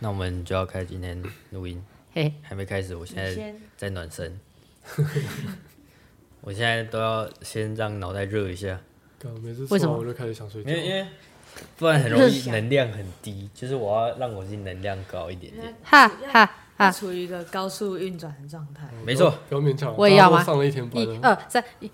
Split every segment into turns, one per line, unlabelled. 那我们就要开今天录音，
嘿，
还没开始，我现
你
在
先
在暖身， 我现在都要先让脑袋热一下，
干每次
为什
吃
么
完我就开始想睡觉
因。为因为不然很容
热一
易
下
能量很低，就是我要让我自己能量高一点点。
哈哈
它
哈！
处于一个高速运转的状态。
没错
不要勉强。
我也要吗
大家都上了一天班
一
了，
二三，一，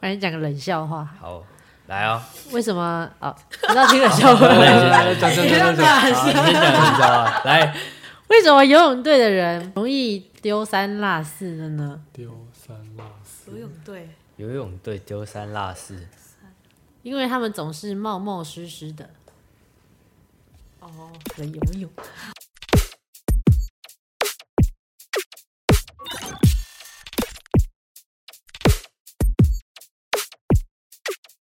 来讲个冷笑话。
好，来哦，
为什么？ 哦，你知道听冷笑话
来
吗？
来
讲讲讲讲
啊
好
讲。
你先讲你知道啊，来，
为什么游泳队的人容易丢三落四的呢？
丢三落四
游，泳队
游泳队丢三落四，
因为他们总是冒冒失失的。
哦，
的游泳。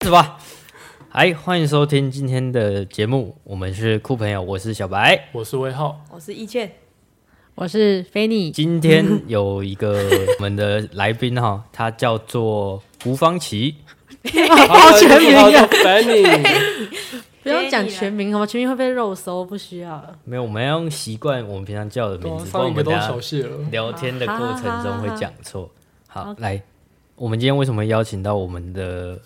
是吧？哎，欢迎收听今天的节目，我们是酷朋友，我是小白。
我是魏浩，
我是易倩，
我是菲尼，
今 天有一个我们的来宾哈、他叫做吴方琪，
报全名啊！
Benny，
不用讲全名好吗？全名会被肉搜，不需要了。
没有，我们要用习惯我们平常叫的名字，不然
啊上
我
一个
们
都
等下
小谢了。
聊天的过程中会讲错。好，来，我们今天为什么邀请到我们的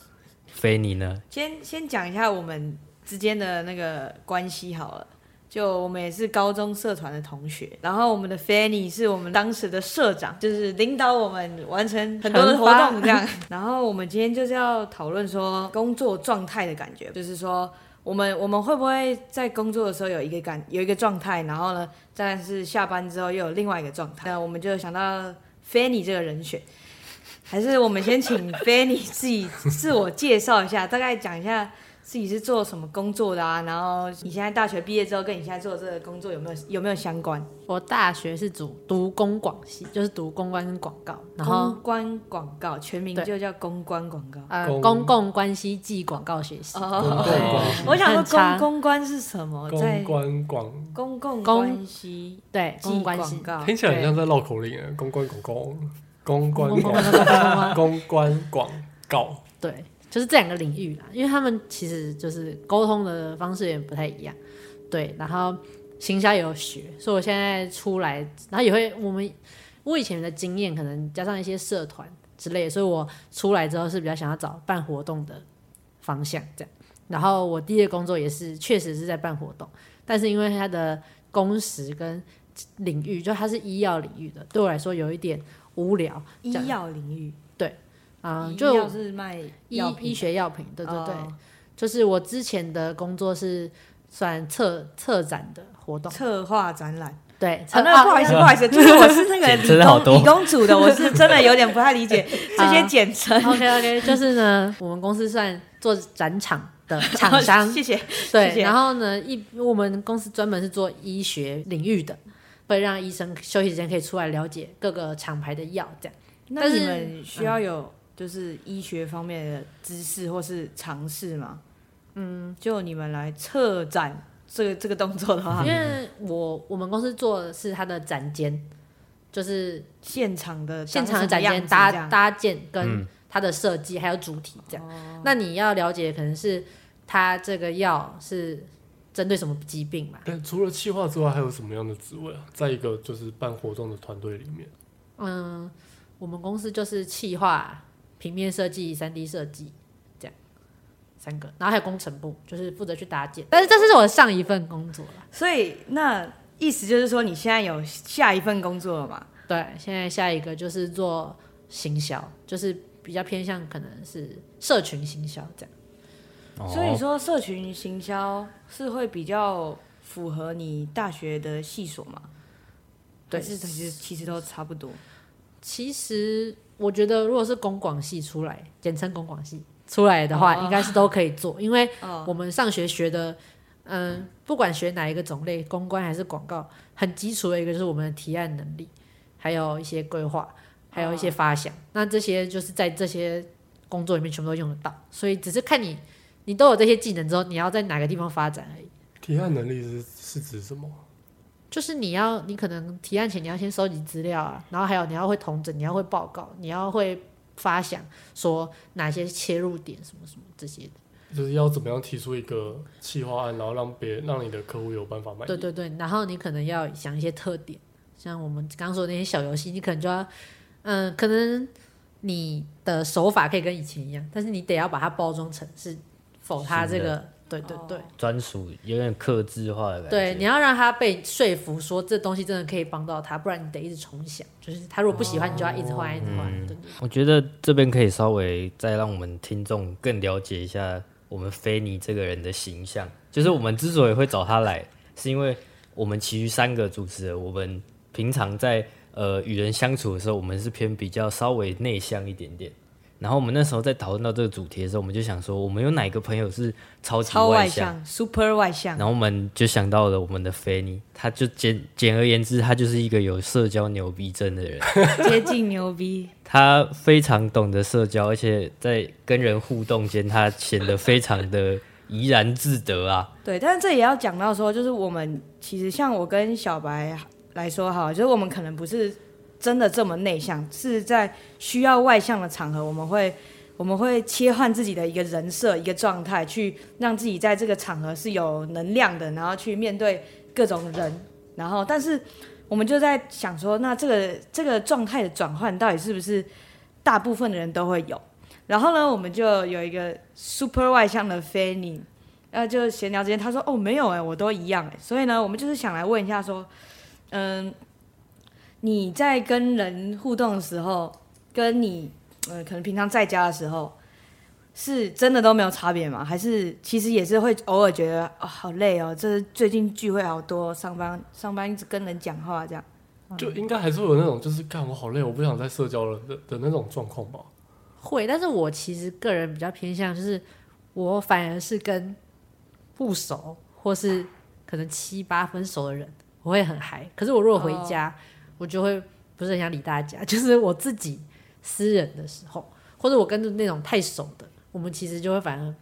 菲尼呢？
先先讲一下我们之间的那个关系好了。就我们也是高中社团的同学，然后我们的 Fanny 是我们当时的社长，就是领导我们完成很多的活动这样。 然后我们今天就是要讨论说工作状态的感觉，就是说我们我们会不会在工作的时候有一个感有一个状态，然后呢，但是下班之后又有另外一个状态。那我们就想到 Fanny 这个人选，还是我们先请 Fanny 自己自我介绍一下，大概讲一下自己是做什么工作的啊，然后你现在大学毕业之后跟你现在做的这个工作有没有有没有相关？
我大学是主读公广系，就是读公关跟广告，然后
公关广告全名
对
就叫公关广告。
呃
公
公共关系暨广告学系。
哦，
公
我想说
很差
公公关是什么？在
关公关广，
公
公
共关系
对，公
暨
共关系
广。告。
听起来很像在绕口令啊！公关广告，公关
公关
广，公关广告。
对，就是这两个领域啦，因为他们其实就是沟通的方式有点不太一样。对，然后行销也有学，所以我现在出来，然后也会我们我以前的经验，可能加上一些社团之类的，所以我出来之后是比较想要找办活动的方向这样。然后我第一个工作也是确实是在办活动，但是因为它的工时跟领域，就它是医药领域的，对我来说有一点无聊
医药领域，
啊、
医
就
药是卖
医
药
医
品，
学药品，对对对，
哦
就是我之前的工作是算策策展的活动，
策划展览。
对，
啊，
策
那不好意思，不好意思，就是我是那个
简
理
称好多
工理工组的，我是真的有点不太理解这些简称。
OK OK，就是呢，我们公司算做展场的厂商，
谢谢。
对，
谢谢
然后呢，一我们公司专门是做医学领域的，会让医生休息时间可以出来了解各个厂牌的药，这样。
那
但
你
是
们需要有就是医学方面的知识或是尝试吗？嗯，就你们来策展这个这个动作的话
因，为我我们公司做的是它的展间，就是
现场的
现场的展
长什么
间
样子这
搭
样
搭建跟它的设计还有主题这样。
哦
那你要了解可能是它这个药是针对什么疾病嘛？
但除了企划之外，还有什么样的职位啊？在一个就是办活动的团队里面，
嗯，我们公司就是企划、平面设计、三 D 设计这样三个，然后还有工程部，就是负责去搭建。但是这是我上一份工作了。
所以那意思就是说，你现在有下一份工作了嘛？
对，现在下一个就是做行销，就是比较偏向可能是社群行销这样。
所以
哦，
说，社群行销是会比较符合你大学的系所嘛？
对
还是其实其实都差不多。
其实我觉得，如果是公广系出来，简称公广系出来的话，
哦
应该是都可以做，因为
哦
我们上学学的，嗯，不管学哪一个种类，公关还是广告，很基础的一个就是我们的提案能力，还有一些规划，还有一些发想。那这些就是在这些工作里面全部都用得到，所以只是看你，你都有这些技能之后，你要在哪个地方发展而已。
提案能力是是指什么？
就是你要，你可能提案前你要先收集资料啊，然后还有你要会统整，你要会报告，你要会发想，说哪些切入点什么什么这些的。
就是要怎么样提出一个企划案，然后让别让你的客户有办法满意。
对对对，然后你可能要想一些特点，像我们刚说的那些小游戏，你可能就要，嗯，可能你的手法可以跟以前一样，但是你得要把它包装成是否它这
新
个，对对对、
专属有点克制化的感觉。
对，你要让他被说服说这东西真的可以帮到他，不然你得一直重想，就是他如果不喜欢，你就要一直换一直换，对对对
我觉得这边可以稍微再让我们听众更了解一下我们菲尼这个人的形象。就是我们之所以会找他来，是因为我们其余三个主持人，我们平常在呃与人相处的时候，我们是偏比较稍微内向一点点。然后我们那时候在讨论到这个主题的时候，我们就想说，我们有哪个朋友是超级
超外
外向？
向，super 外向
然，后我们就想到了我们的菲尼，他就简简而言之，他就是一个有社交牛逼症的人。
接近牛逼，
他非常懂得社交，而且在跟人互动间，他显得非常的怡然自得啊。
对，但是这也要讲到说，就是我们其实像我跟小白来说哈，就是我们可能不是真的这么内向，是在需要外向的场合，我们会我们会切换自己的一个人设、一个状态，去让自己在这个场合是有能量的，然后去面对各种人，然后但是我们就在想说，那这个这个状态的转换到底是不是大部分的人都会有？然后呢，我们就有一个 super 外向的 Fanny，呃，就闲聊之间，他说：“哦，没有哎、我都一样哎、所以呢，我们就是想来问一下说，嗯，你在跟人互动的时候，跟你呃可能平常在家的时候，是真的都没有差别吗？还是其实也是会偶尔觉得哦好累哦，这最近聚会好多，上班上班一直跟人讲话这样。
就应该还是会有那种，就是干我好累，我不想再社交了的的那种状况吧。
会，但是我其实个人比较偏向，就是我反而是跟不熟或是可能七八分熟的人，我会很嗨。可是我如果回
哦
家，我就会不是很想理大家， 就是我自己私人的时候，或者我跟着那种太熟的，我们其实就会反而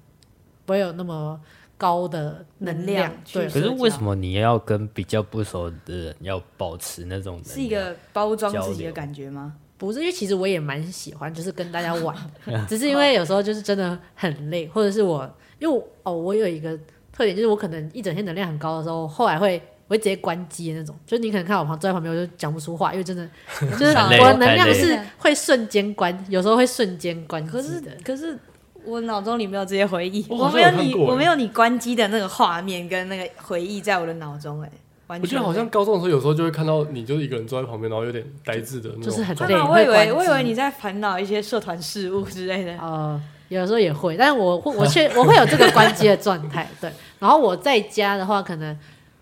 不会有那么高的能
能量去
对，
可是为什么你要跟比较不熟的人要保持那种能量
是一个包装自己
交
的
流
感 觉吗？
不是，因为其实我也蛮喜欢，就是跟大家玩 的，只是因为有时候就是真的很累，或者是我因为我哦，我有一个特点，就是我可能一整天能量很高的时候，后来会我会直接关机的那种，就是你可能看我旁坐在旁边，我就讲不出话，因为真的就是
太累
我
了
的能量
太累
是
了
会瞬间关，有时候会瞬间关
可
机
是
的。
可是我脑中里没有这些回忆，
我
我
好像
没有
有看
你
过欸
我没有你关机的那个画面跟那个回忆在我的脑中哎、完
我
全
觉得好像高中的时候，有时候就会看到你就是一个人坐在旁边，然后有点呆滞的那
就
种
是很
状
真
态。
累
的啊吗，我以
会关
为我以为
机
你在烦恼一些社团事务之类的。
呃，有时候也会，但是我会我确我会有这个关机的状态，对。然后我在家的话，可能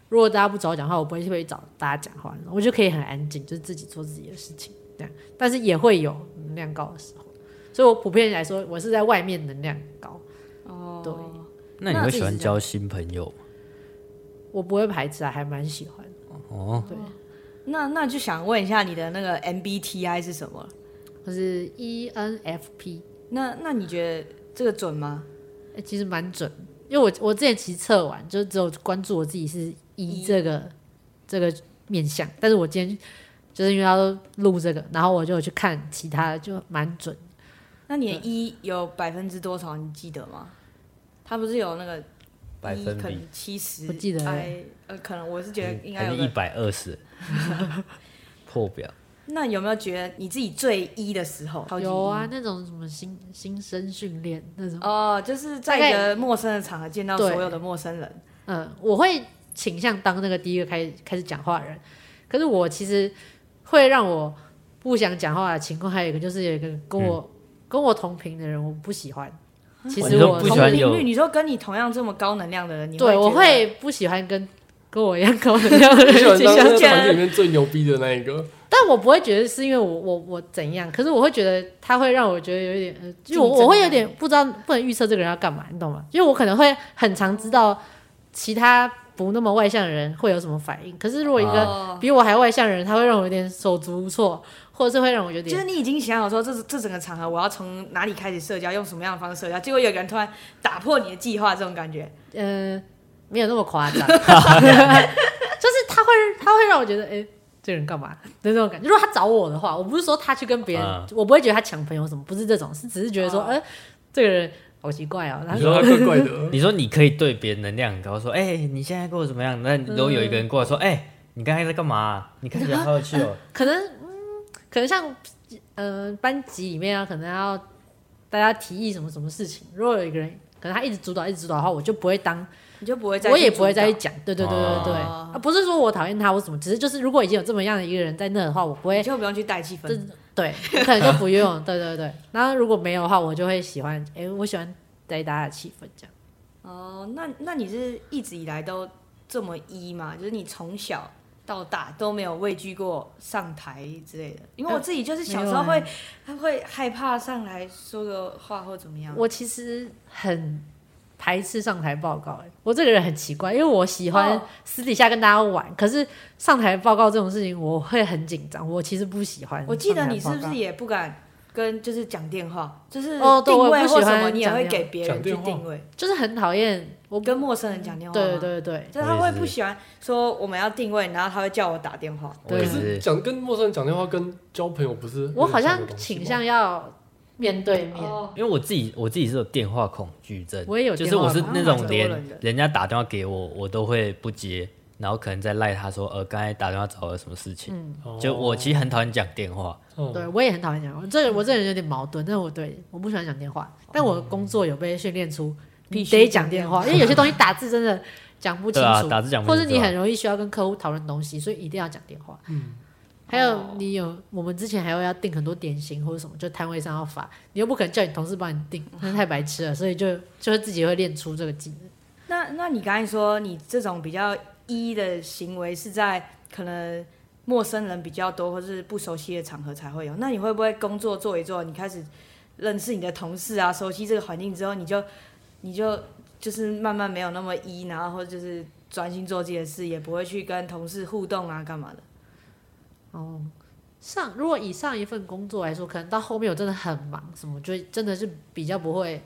如果大家不找我讲话，我不会去找大家讲话，我就可以很安静，就是自己做自己的事情这样。但是也会有能量高的时候，所以我普遍来说，我是在外面能量高，
哦
对
那你会喜欢交新朋友？
我不会排斥啊，还蛮喜欢的。
哦，
对，
那那就想问一下你的那个 MBTI 是什么？
我是 ENFP，、
那那你觉得这个准吗？
欸其实蛮准，因为我我之前其实测完，就只有关注我自己是一
一
这个这个面相，但是我今天就是因为要录这个，然后我就有去看其他的，就蛮准。
那你的一有百分之多少？你记得吗？它不是有那个
百
一
分
可
比
能七十，
不记得欸了
哎，呃，可能我是觉
嗯
得应该
还
有
是一
个。
百二 十，破表。
那有没有觉得你自己最一的时候？超级一
有啊，，那种什么新新生训练那种，
哦，就是在一个陌生的场合见到所有的陌生人，
嗯，我会倾向当那个第一个开开始讲话的人。可是我其实会让我不想讲话的情况，还有一个就是有一个跟
嗯
我、跟我同频的人，我不喜欢。其
哇
实
哦你都
我
不喜
同
欢
频率，
有
你说跟你同样这么高能量的人，你
对，
觉
我
得
会不喜欢跟跟我一样高能量的人
你喜
一
欢
起相
当那个
处，
团体里面最牛逼的那 一个，
但我不会觉得是因为我我我怎样，可是我会觉得他会让我觉得有一点，呃，就我
竞争
我会有点不知道不能预测这个人要干嘛，你懂吗？因为我可能会很常知道其他不那么外向的人会有什么反应，可是如果一
啊
个
哦
比我还外向的人，他会让我有点手足无措，或者是会让我有
就是
点。
你已经想好说这这整个场合我要从哪里开始社交，用什么样的方式社交，结果有个人突然打破你的计划，这种感觉。
呃，没有那么夸 张， 就是他会他会让我觉得，哎、这人干嘛的那种感觉。如果他找我的
啊
话，我不是说他去跟别人，
嗯
我不会觉得他抢朋友什么，不是这种，是只是觉得说，
哦
哎、这个人好奇怪哦。然
你
后
说他怪怪 的，
你说你可以对别人能量很高，说哎、你现在过得怎么样？那如果有一个人过来说，哎、你刚才在干嘛、你看起来好有趣哦。
可能，嗯，可能像，呃，班级里面啊，可能要大家提议什么什么事情。如果有一个人，可能他一直主导，一直主导的话，我就不会当，
你就不会再
我
去
也不会
主导
再去讲。对对对对对，
哦
啊，不是说我讨厌他，我怎么，只是就是如果已经有这么样的一个人在那的话，我不
你
会，
就不用去带气氛。
这对，我可能就不用。对对对，然后如果没有的话，我就会喜欢，哎、我喜欢带大家的气氛这样。
哦，那那你是一直以来都这么一吗？就是你从小到大都没有畏惧过上台之类的？因为我自己就是小时候
呃没
会、
有欸
会害怕上来说个话或怎么样。
我其实很排斥上台报告、欸，我这个人很奇怪，因为我喜欢
哦
私底下跟大家玩，可是上台报告这种事情我会很紧张，我其实不喜欢。
我记得你是不是？也不敢跟就是讲电话，就是
哦对
定
我也
位
不
或
喜
什
欢
么，你也
讲
会
电
给别人
讲
去
电话
定位，
就是很讨厌我
跟啊陌生人讲电话。
对。对对，
就是他
我
会
也是
不喜欢说我们要定位，然后他会叫我打电话。
我也
对
可是
是，
讲跟陌生人讲电话跟交朋友不是有点像的东西吗？哦
我好像倾向要面对面。
哦，
因为我自己我自己是有电话恐惧症，
我也有
就是
电话
我是
恐惧
那种
症蛮多人
连
的
人家打电话给我，我都会不接，然后可能在赖他说，呃，刚才打电话找我有什么事情？
嗯
哦
就我其实很讨厌讲电话，
嗯
对，我也很讨厌讲话。我这个我这个人有点矛盾，但是我对我不喜欢讲电话，但我工作有被训练出
必
你
须
得讲电话，因为有些东西打字真的讲不清
对啊，
楚，
打字讲不
或
清
是
楚
你
啊
很容易需要跟客户讨论东西，所以一定要讲电话。
嗯
还有
哦
你有，我们之前还有要订很多点心或者什么，就摊位上要发，你又不可能叫你同事帮你订，那太白痴了，所以就就是自己会练出这个技能。
那那你刚才说你这种比较一的行为是在可能陌生人比较多或是不熟悉的场合才会有，那你会不会工作做一做，你开始认识你的同事啊，熟悉这个环境之后，你就你就就是慢慢没有那么一，然后或者就是专心做自己的事，也不会去跟同事互动啊，干嘛的？
哦，上如果以上一份工作来说，可能到后面我真的很忙，什么就真的是比较不会。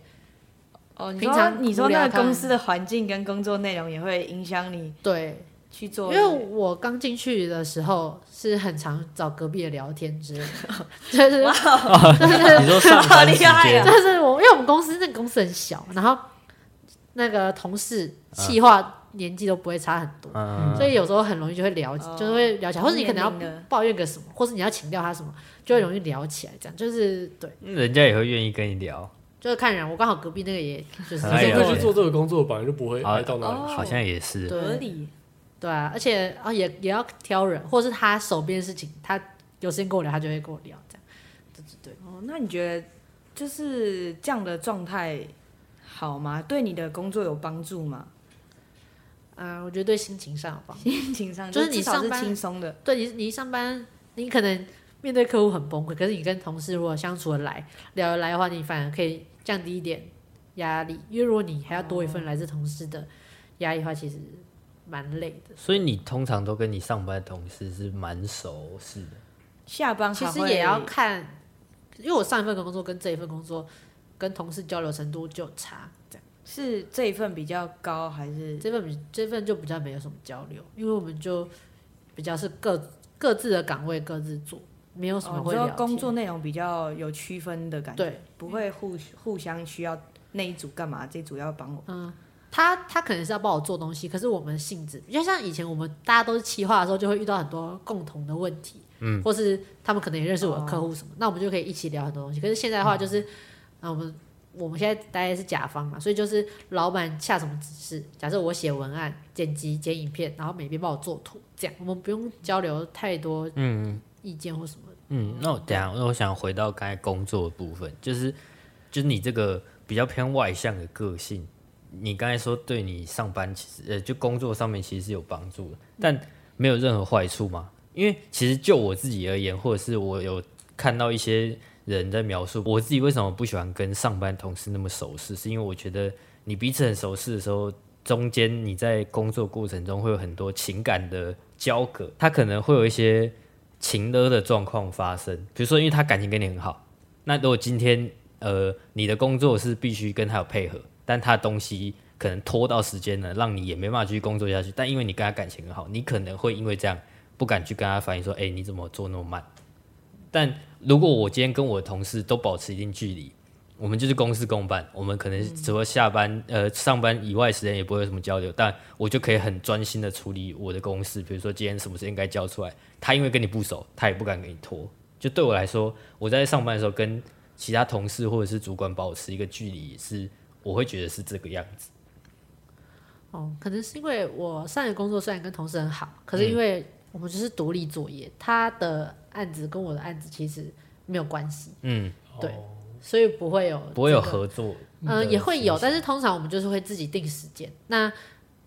哦，你
平
说
常
你
无
说
聊
那个
看
公司的环境跟工作内容也会影响你
对，
去做
因
的，
为我刚进去的时候是很常找隔壁的聊天之类 的，就是
你说上班时
好厉害
间
啊
就是我，因为我们公司那个公司很小，然后那个同事气化年纪都不会差很多，
嗯，
所以有时候很容易就会聊，
哦
就是会聊起来，或者你可能
同年龄的
要抱怨个什么，或是你要请教他什么，就会容易聊起来。这样就是对，
人家也会愿意跟你聊，
就是看人。我刚好隔壁那个也 就是
很
可
爱
是
聊
会
天
去做这个工作，本来就不会哎挨到哪里
哦
去。
好像也是。
对
合理。
对啊，而且啊也也要挑人，或是他手边的事情，他有时间跟我聊，他就会跟我聊这样。
哦，那你觉得就是这样的状态好吗？对你的工作有帮助吗？
嗯、我觉得对心情上有帮助。
心情上
就是
至
你
少
上
是
班
轻松的，
对你，你一上班，你可能面对客户很崩溃，可是你跟同事如果相处得来、聊得来的话，你反而可以降低一点压力。因为如果你还要多一份来自同事的压力的话，其实蛮累的。
所以你通常都跟你上班的同事是蛮熟识的，
下班
其
还
实
会
也要看，因为我上一份工作跟这一份工作跟同事交流程度就有差，这样
是这一份比较高还是
这份比这份就比较没有什么交流，因为我们就比较是各各自的岗位各自做，没有什么
哦，
会
你
聊
说
天、
工作内容比较有区分的感觉，
对。
不会互互相需要那一组干嘛，这一组要帮我。
他他可能是要帮我做东西，可是我们性质，就像以前我们大家都是企划的时候，就会遇到很多共同的问题，嗯，或是他们可能也认识我的客户什么，那我们就可以一起聊很多东西。可是现在的话，就是，啊、我们我们现在大家是甲方嘛，所以就是老板下什么指示，假设我写文案、剪辑、剪影片，然后每边帮我做图，这样我们不用交流太多
嗯
意见或什么。
嗯。那我等一下，那我想回到刚才工作的部分，就是就是你这个比较偏外向的个性，你刚才说对你上班其实呃就工作上面其实是有帮助的，但没有任何坏处嘛？因为其实就我自己而言，或者是我有看到一些人在描述我自己为什么不喜欢跟上班同事那么熟识，是因为我觉得你彼此很熟识的时候，中间你在工作过程中会有很多情感的交割，他可能会有一些情勒的状况发生。比如说，因为他感情跟你很好，那如果今天呃你的工作是必须跟他有配合，但他的东西可能拖到时间了，让你也没办法继续工作下去。但因为你跟他感情很好，你可能会因为这样不敢去跟他反映说，哎、你怎么做那么慢？但如果我今天跟我的同事都保持一定距离，我们就是公事公办，我们可能除了下班、呃上班以外时间也不会有什么交流，但我就可以很专心的处理我的公事，比如说今天什么事情该交出来，他因为跟你不熟，他也不敢给你拖。就对我来说，我在上班的时候跟其他同事或者是主管保持一个距离，是我会觉得是这个样子。
哦，可能是因为我上一个工作虽然跟同事很好，可
嗯
是因为我们就是独立作业，他的案子跟我的案子其实没有关系，
嗯，
对所以不会有
不会有
这个
合作，
嗯，也会有，但
是
是通常我们就是会自己定时间。那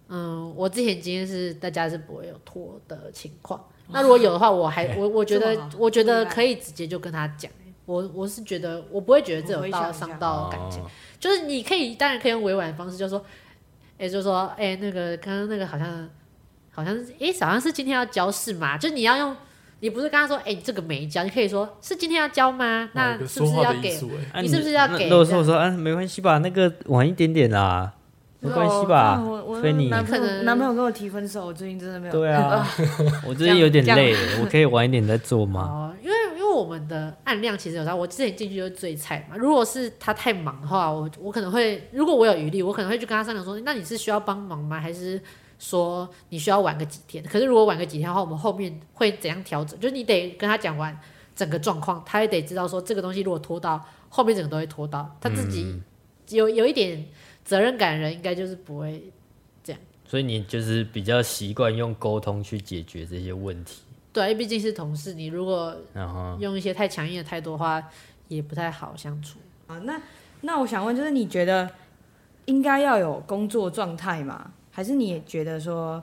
嗯，我之前经验是大家是不会有拖的情况。那如果有的话，我还我我觉
这
得
么好
我觉得
厉害
可以直接就跟他讲。欸我我是觉得我不会觉得这
我
有
回
到
想一下
伤到感情，就是你可以当然可以用委婉的方式，就说，哎、就说哎、那个刚刚那个好像好像是哎、好像是今天要交是吗？就你要用。你不是跟他说，哎、你这个没交，你可以说是今天要交吗？
哇
那
哦有个
是不
说
是
话
要
的艺
给
术哎，
啊
你是不是要
那
给
那我
这
说
样
我说啊，没关系吧，那个晚一点点啦，没关系吧
哦那我我，
菲尼，
男朋
可能
友男朋友跟我提分手，我最近真的没有。，
对啊我最近有点
这样
累，我可以晚一点再做吗？
哦，因为因为我们的案量其实有差，我之前进去就是最菜嘛。如果是他太忙的话，我我可能会，如果我有余力，我可能会去跟他商量说，那你是需要帮忙吗？还是说你需要晚个几天？可是如果晚个几天的话，我们后面会怎样调整？就是你得跟他讲完整个状况，他也得知道说这个东西如果拖到后面，整个都会拖到他自己有、有一点责任感的人，应该就是不会
所以你就是比较习惯用沟通去解决这些问题，
对啊，因为毕竟是同事，你如果
然后
用一些太强硬的态度的话，也不太好相处。
啊，那那我想问，就是你觉得应该要有工作状态吗？还是你也觉得说，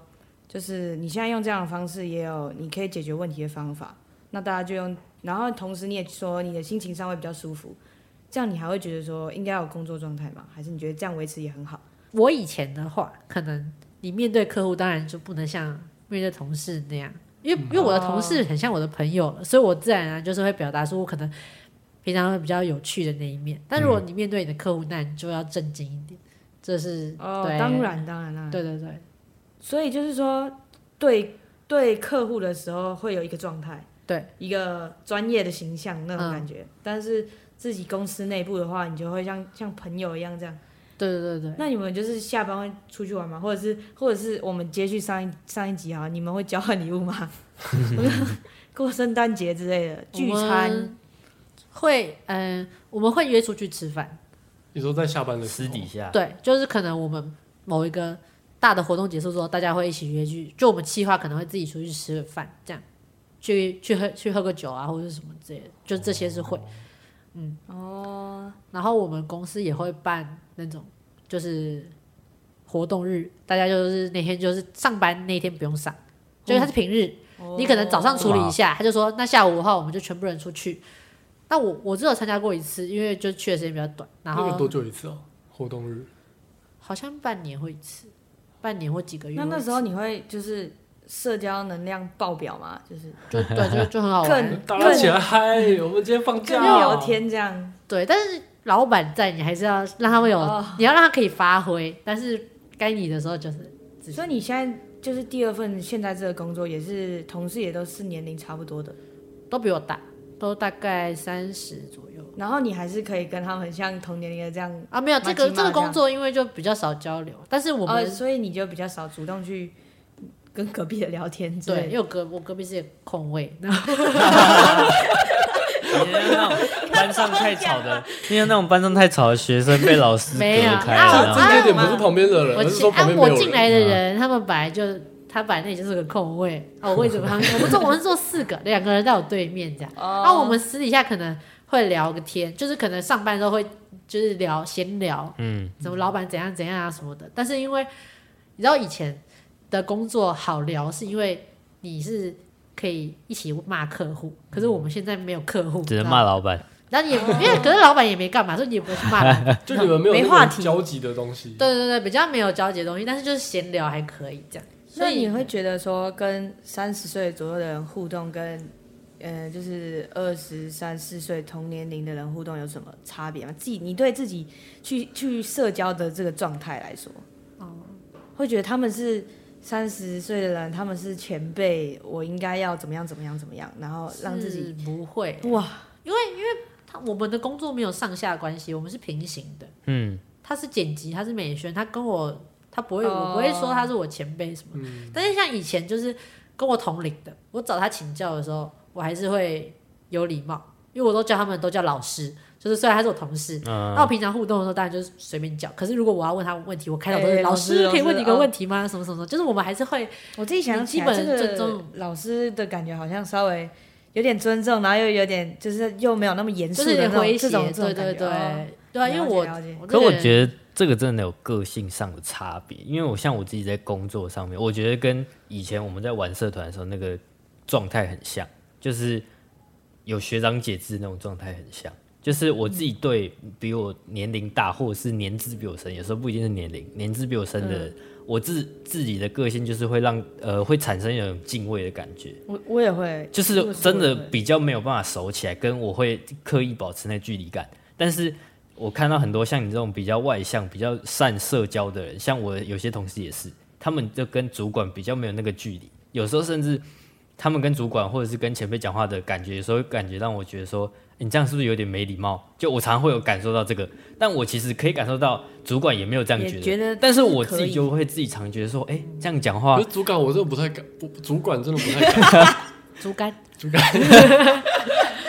就是你现在用这样的方式，也有你可以解决问题的方法？那大家就用，然后同时你也说你的心情上会比较舒服，这样你还会觉得说应该要有工作状态吗？还是你觉得这样维持也很好？
我以前的话，可能你面对客户，当然就不能像面对同事那样，因为因为我的同事很像我的朋友了，所以我自然而然就是会表达出我可能平常会比较有趣的那一面。但如果你面对你的客户，那你就要正经一点，这是
哦
对，
当，然，当然啦。
对对对
所以就是说，对对客户的时候会有一个状态，
对，
一个专业的形象那
嗯
种感觉。但是自己公司内部的话，你就会像像朋友一样这样。
对对对对。
那你们就是下班会出去玩吗？或者是或者是我们接续上一上一集啊，你们会交换礼物 吗？过圣诞节之类的聚
我
餐
们会，嗯、我们会约出去吃饭，
你说在下班的时
私
候
底下，
对，就是可能我们某一个大的活动结束之后，大家会一起约去，就我们计划可能会自己出去吃个饭，这样去去喝去喝个酒啊，或者是什么之类的，就这些是会。嗯
哦，
然后我们公司也会办那种就是活动日，大家就是那天就是上班那天不用上，就是它是平日，
哦
你可能早上处理一下，他就说那下午的话我们就全部人出去。那我我只有参加过一次，因为就去的时间比较短，然
那个多
后
久一次啊？活动日
好像半年会一次，半年或几个月
那
会一次。
那时候你会就是社交能量爆表吗？就是
就 对，就就很好玩。
更
大家起
更
来嗨！我们今天放假
更聊天这样。
对，但是老板在，你还是要让他们有，
哦
你要让他可以发挥，但是该你的时候就是自己
所以你现在就是第二份现在这个工作，也是同事也都是年龄差不多的，
都比我大，都大概三十左右
然后你还是可以跟他们像同年龄的这样。
啊。没有
蛮
这个
起码
这个工作，因为就比较少交流，但是我
呃，
们、
所以你就比较少主动去跟隔壁的聊天之
对，因
类
为
的。
我隔我隔壁是有空 位，然后
你像 那种班上太吵的，你像那种班上太吵的学生被老师
啊没有
隔开
啊
了，然
我
这
后
这一点不是旁边的人，
我
而是
进
说旁
啊
边没
我
有
进
人。嗯
来的人，他们本来就他本来那也就是个空位啊，我位置旁边，我们坐我们坐四个，两个人在我对面这样。
哦
那、
啊
我们私底下可能会聊个天，就是可能上班的时候会就是聊闲聊，嗯，什么老板怎样怎样啊什么的。但是因为你知道以前的工作好聊，是因为你是可以一起骂客户，可是我们现在没有客户，
只
你知
能
道
骂
吗。
老板，
然后你也不因为可是老板也没干嘛，所以你也不会去骂老 板。
就你们没有那
没
种
话题
交集的东西，
对对对，比较没有交集的东西，但是就是闲聊还可以这样。
那
所以
你会觉得说，跟三十岁左右的人互动跟，呃，就是二十三四岁同年龄的人互动有什么差别吗？自己你对自己去去社交的这个状态来说，
哦
会觉得他们是三十岁的人，他们是前辈，我应该要怎么样怎么样怎么样，然后让自己
是不会，
哇，
因为因为他我们的工作没有上下关系，我们是平行的。
嗯，
他是剪辑，他是美宣，他跟我他不会，
哦嗯
我不会说他是我前辈什么。但是像以前就是跟我同龄的，我找他请教的时候，我还是会有礼貌，因为我都叫他们都叫老师，就是虽然他是我同事，
啊
那我平常互动的时候当然就是随便叫。可是如果我要问他问题，我开头都
哎
是
老
老
师
师可以
老师
问你一个
哦
问题吗？什么什么什么，就是我们还是会
我自己想起来
基本
这
尊
个
重
老师的感觉，好像稍微有点尊重，然后又有点就是又没有那么严肃
就
的
是
那
有
种
诙
这
谐，
种这种
对对
感觉
对
哦
对啊，
了
因为
解
我
了解
我
可我
得
觉得这个真的有个性上的差别，因为我像我自己在工作上面，我觉得跟以前我们在玩社团的时候那个状态很像，就是有学长姐制那种状态很像。就是我自己对比我年龄大，或者是年资比我深，有时候不一定是年龄，年资比我深的
嗯
人，我自自己的个性就是会让呃会产生一种敬畏的感觉。
我我也会，
就是真的
我也会
比较没有办法熟起来，跟我会刻意保持那距离感。但是我看到很多像你这种比较外向、比较善社交的人，像我有些同事也是，他们就跟主管比较没有那个距离，有时候甚至他们跟主管或者是跟前辈讲话的感觉，有时候感觉让我觉得说，你这样是不是有点没礼貌？就我常常会有感受到这个，但我其实可以感受到主管也没有这样
也
觉得，
觉得
但是
是
我
可
自己
以
就会自己常觉得说，哎、这样讲话
可是主管我真的不太敢，不主管真的不太敢，
竹竿
主管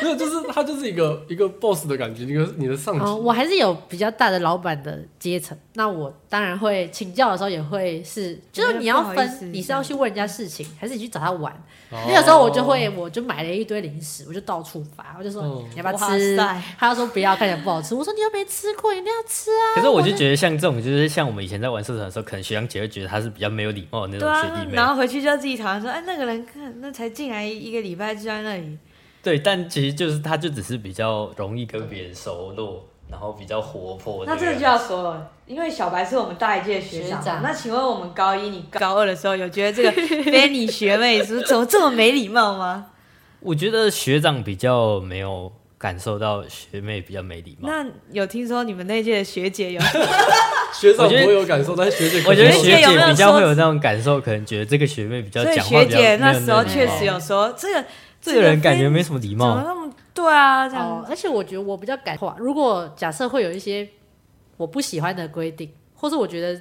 没有，就是他就是一个 一个 boss 的感觉，一个你的
嗯
上
哦，
级，
我还是有比较大的老板的阶层，那我当然会请教的时候也会是，就是你要
不好意思嗯
分你是要去问人家事情，还是你去找他玩。
哦
那个时候我就会，我就买了一堆零食，我就到处发，我就说
嗯
你要不要
哇
吃
塞？
他就说不要，看起来不好吃。我说你又没吃过，一定要吃啊！
可是我就觉得像这种，就是像我们以前在玩社团的时候，可能学长姐会觉得她是比较没有礼貌的那
对
种学
啊
弟，妹。
然后回去就要自己讨论说，哎，那个人看那才进来一个礼拜就在那里，
对，但其实就是她就只是比较容易跟别人熟络，然后比较活泼。
那这个就要说了，因为小白是我们大一届的学长嘛。
学长
那请问我们高一，你高二的时候有觉得 这个 Fanny 学妹是不是怎么这么没礼貌吗？
我觉得学长比较没有感受到学妹比较 没礼貌。
那有听说你们那届的学姐 有？
学长
我觉得
不会有感受，但是学姐可能
我觉得
有
学
有
姐
没有
比较
说
会有那种感受，可能觉得这个学妹比较
所以
讲话
学
比较
姐那
没有
时候
礼
确
貌
实有说这个
这个人感觉
Fanny
没什么礼
怎么
貌。
那么对啊，这样
哦，而且我觉得我比较感化。如果假设会有一些我不喜欢的规定，或者我觉得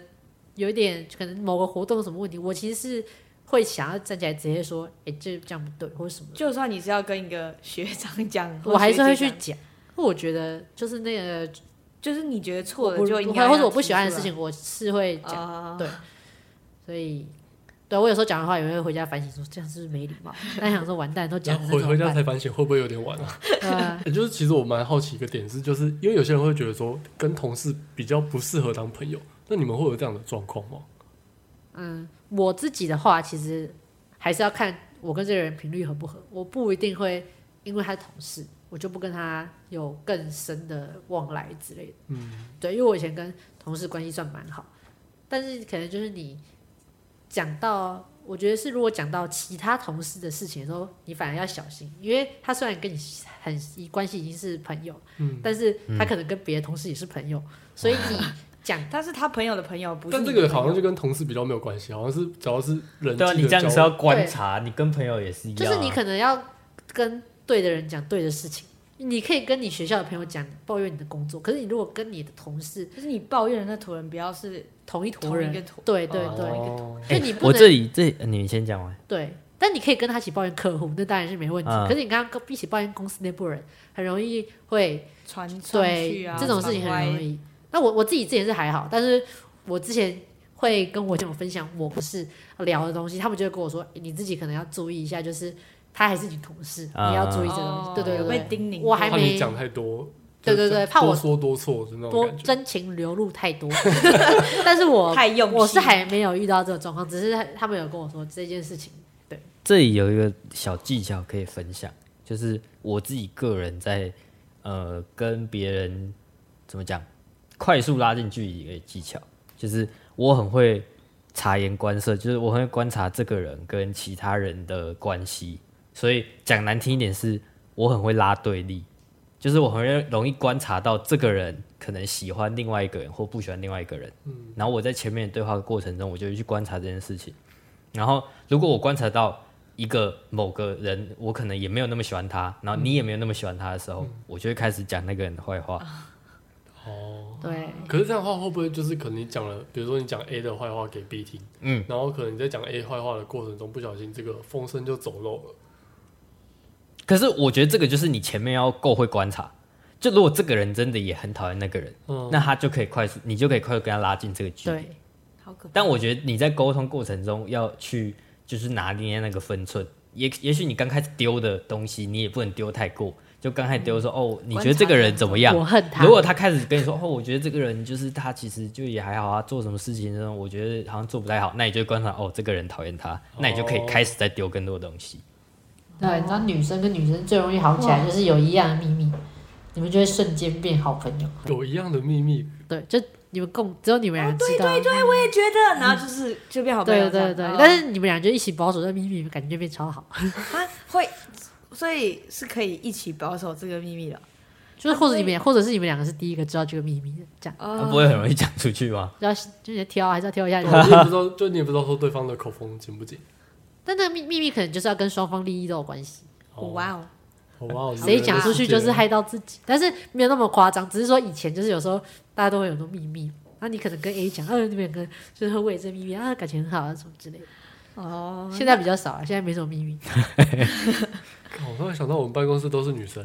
有一点可能某个活动有什么问题，我其实是会想要站起来直接说，哎、这这样不对，或者什么的。
就算你是要跟一个学长讲，
我还是会
或学
去
姐讲，
讲。因为我觉得就是那个
就是你觉得错
我
了就应该要
或者我不喜欢的
提
事
出来
情，我是会讲。
啊
对所以，对我有时候讲的话也会回家反省说，这样是不是没礼貌？ 但想说完蛋都讲
然
了，
后
那怎
回回
么
家
办
才反省会不会有点晚啊？
对啊
也 就是其实我蛮好奇一个点是，就是因为有些人会觉得说跟同事比较不适合当朋友，那你们会有这样的状况吗？
嗯，我自己的话，其实还是要看我跟这个人频率合不合。我不一定会因为他同事，我就不跟他有更深的往来之类的。嗯，对，因为我以前跟同事关系算蛮好，但是可能就是你讲到，我觉得是如果讲到其他同事的事情的时候，你反而要小心，因为他虽然跟你很关系已经是朋友，
嗯，
但是他可能跟别的同事也是朋友，所以你讲
但是他朋友的朋友不是
但
你
这
的
个好
朋
像
友
就跟同事比较没有关系，好像是只要是人
对啊，
际
你这
的交
样
往
是要观察，你跟朋友也是一
就
样啊。
是你可能要跟对的人讲对的事情。你可以跟你学校的朋友讲抱怨你的工作，可是你如果跟你的同事
就是你抱怨的那坨人不要是
同一坨
同一
人
个，坨，
对对
哦
对，
哦
就
哎
你不
我
能
这里这呃你先讲完。
对，但你可以跟他一起抱怨客户，那当然是没问题。
嗯
可是你刚刚一起抱怨公司内部人，很容易会
传传去
对、
啊，
这种事情很容易。那我我自己之前是还好，但是我之前会跟我朋友分享我不是聊的东西，他们就会跟我说，诶你自己可能要注意一下，就是他还是你同事，
啊
你要注意这
传歪
个东西。对对
哦有
对
被
对
叮咛过，
我还
怕
没
你讲太多，
对对对
就是
怕我
多说多错的那种
多
感觉。
真情流露太多， 但是我
太用心，
我是还没有遇到这个状况，只是他们有跟我说这件事情。
这里有一个小技巧可以分享，就是我自己个人在呃跟别人怎么讲，快速拉近距离的技巧，就是我很会察言观色，就是我很会观察这个人跟其他人的关系，所以讲难听一点是，我很会拉对立，就是我很容易观察到这个人可能喜欢另外一个人或不喜欢另外一个人，然后我在前面的对话过程中，我就会去观察这件事情，然后如果我观察到一个某个人，我可能也没有那么喜欢他，然后你也没有那么喜欢他的时候，我就会开始讲那个人的坏话。
哦，
对，
可是这样的话会不会就是可能你讲了，比如说你讲 A 的坏话给 B 听，
嗯，
然后可能你在讲 A 坏话的过程中不小心这个风声就走漏了。
可是我觉得这个就是你前面要够会观察。就如果这个人真的也很讨厌那个人，
嗯，
那他就可以快速，你就可以快速跟他拉近这个距离。
对，
好可怕。
但我觉得你在沟通过程中要去就是拿捏那个分寸，也也许你刚开始丢的东西你也不能丢太过，就刚开始丢说哦，你觉得这个人怎么样？
我恨他
如。果他开始跟你说哦，我觉得这个人就是他其实就也还好啊，做什么事情呢？我觉得好像做不太好，那你就观察哦，这个人讨厌他，
哦
那你就可以开始再丢更多的东西。
对，你知道女生跟女生最容易好起来，就是有一样的秘密，你们就会瞬间变好朋友。
有一样的秘密，
对，就你们共只有你们俩知道。
我也觉得，然后就是就变好朋友
对
这样。
对对
哦，
但是你们俩就一起保守这秘密，感觉就变超好。
啊会，所以是可以一起保守这个秘密的
就是或者你们俩，或者是你们两个是第一个知道这个秘密的，这样
他
哦
啊不会很容易讲出去吗？
要就是挑还是要挑一下
对
你
你
们。
也不知道，就你也不知道说对方的口风紧不紧。
但那个秘秘密可能就是要跟双方利益都有关系，
哦
哇哦，
好吧，我觉得
谁讲出去就是
这个啊
害到自己，但是没有那么夸张，只是说以前就是有时候大家都会有那种秘密，那你可能跟 A 讲，呃，你们两个就是为这秘密啊感情很好啊什么之类的。
哦，
现在比较少了，啊现在没什么秘密。
靠我突然想到，我们办公室都是女生，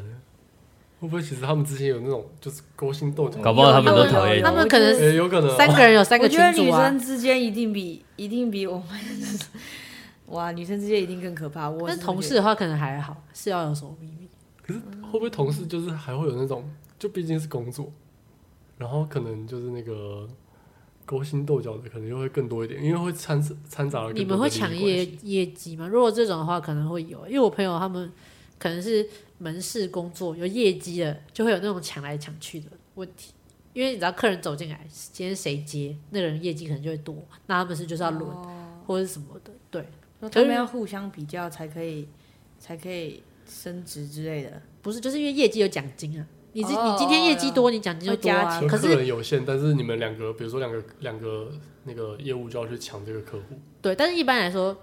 会不会其实他们之前有那种就是勾心斗角？
搞不好他们都讨厌你
他们可能
也有可能哦、
三个人有三
我
个
觉
群
得
主
女
啊，
生之间一定比一定比我们 哇，女生之间一定更可怕。我
但
是
是同事的话可能还好，是要有什么秘密。
可是会不会同事就是还会有那种，就毕竟是工作，然后可能就是那个勾心斗角的，可能又会更多一点，因为会掺掺杂了更多的利益
你们会抢业
关系
业绩吗？如果这种的话，可能会有，因为我朋友他们可能是门市工作有业绩的，就会有那种抢来抢去的问题。因为你知道，客人走进来，今天谁接，那个人业绩可能就会多，那他们是就是要轮、
哦
或者是什么的，对，
说他们要互相比较才可以才可以升职之类的。
不是就是因为业绩有奖金啊，你今、
哦
你今天业绩多，你奖金就多啊
会加，钱
可
就客
是
人有限，但是你们两个，比如说两个两个那个业务就要去抢这个客户，
对，但是一般来说。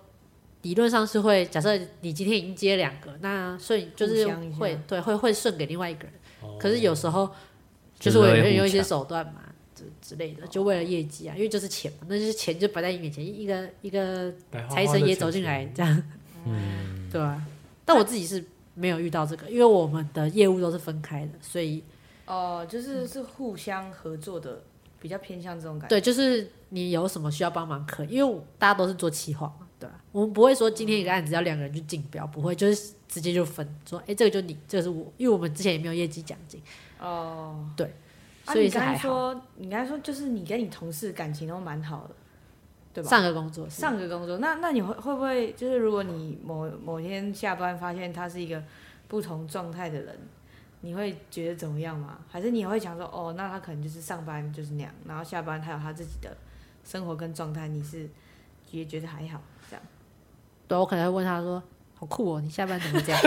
理论上是会，假设你今天已经接两个，那所以就是
互相一下
会对会会顺给另外一个人。
哦
可是有时候
就
就是是
会
我有
互
有一些
抢
手段嘛，之之类的，就为了业绩啊，因为就是钱嘛，那就是钱就摆在你面前，一个一个
白花花
财
的
神爷
钱
走进
钱
来这 样，嗯，对啊。但我自己是没有遇到这个，因为我们的业务都是分开的，所以
哦、就是是互相合作的，比较偏向这种感觉。
对，就是你有什么需要帮忙可以，因为我大家都是做企划嘛，对吧、我们不会说今天一个案子要两个人去竞标，不会，就是直接就分说，哎、这个就你，这个是我，因为我们之前也没有业绩奖金，
哦，
对，
啊、
所以
你
是
刚才
还好。
说，你刚才说就是你跟你同事感情都蛮好的，对吧？
上个工作是
上个工作，那那你会会不会就是如果你某某天下班发现他是一个不同状态的人，你会觉得怎么样吗？还是你会想说，哦，那他可能就是上班就是那样，然后下班他有他自己的生活跟状态，你是也觉得还好这样？
对，我可能会问他说：“好酷哦，你下班怎么这样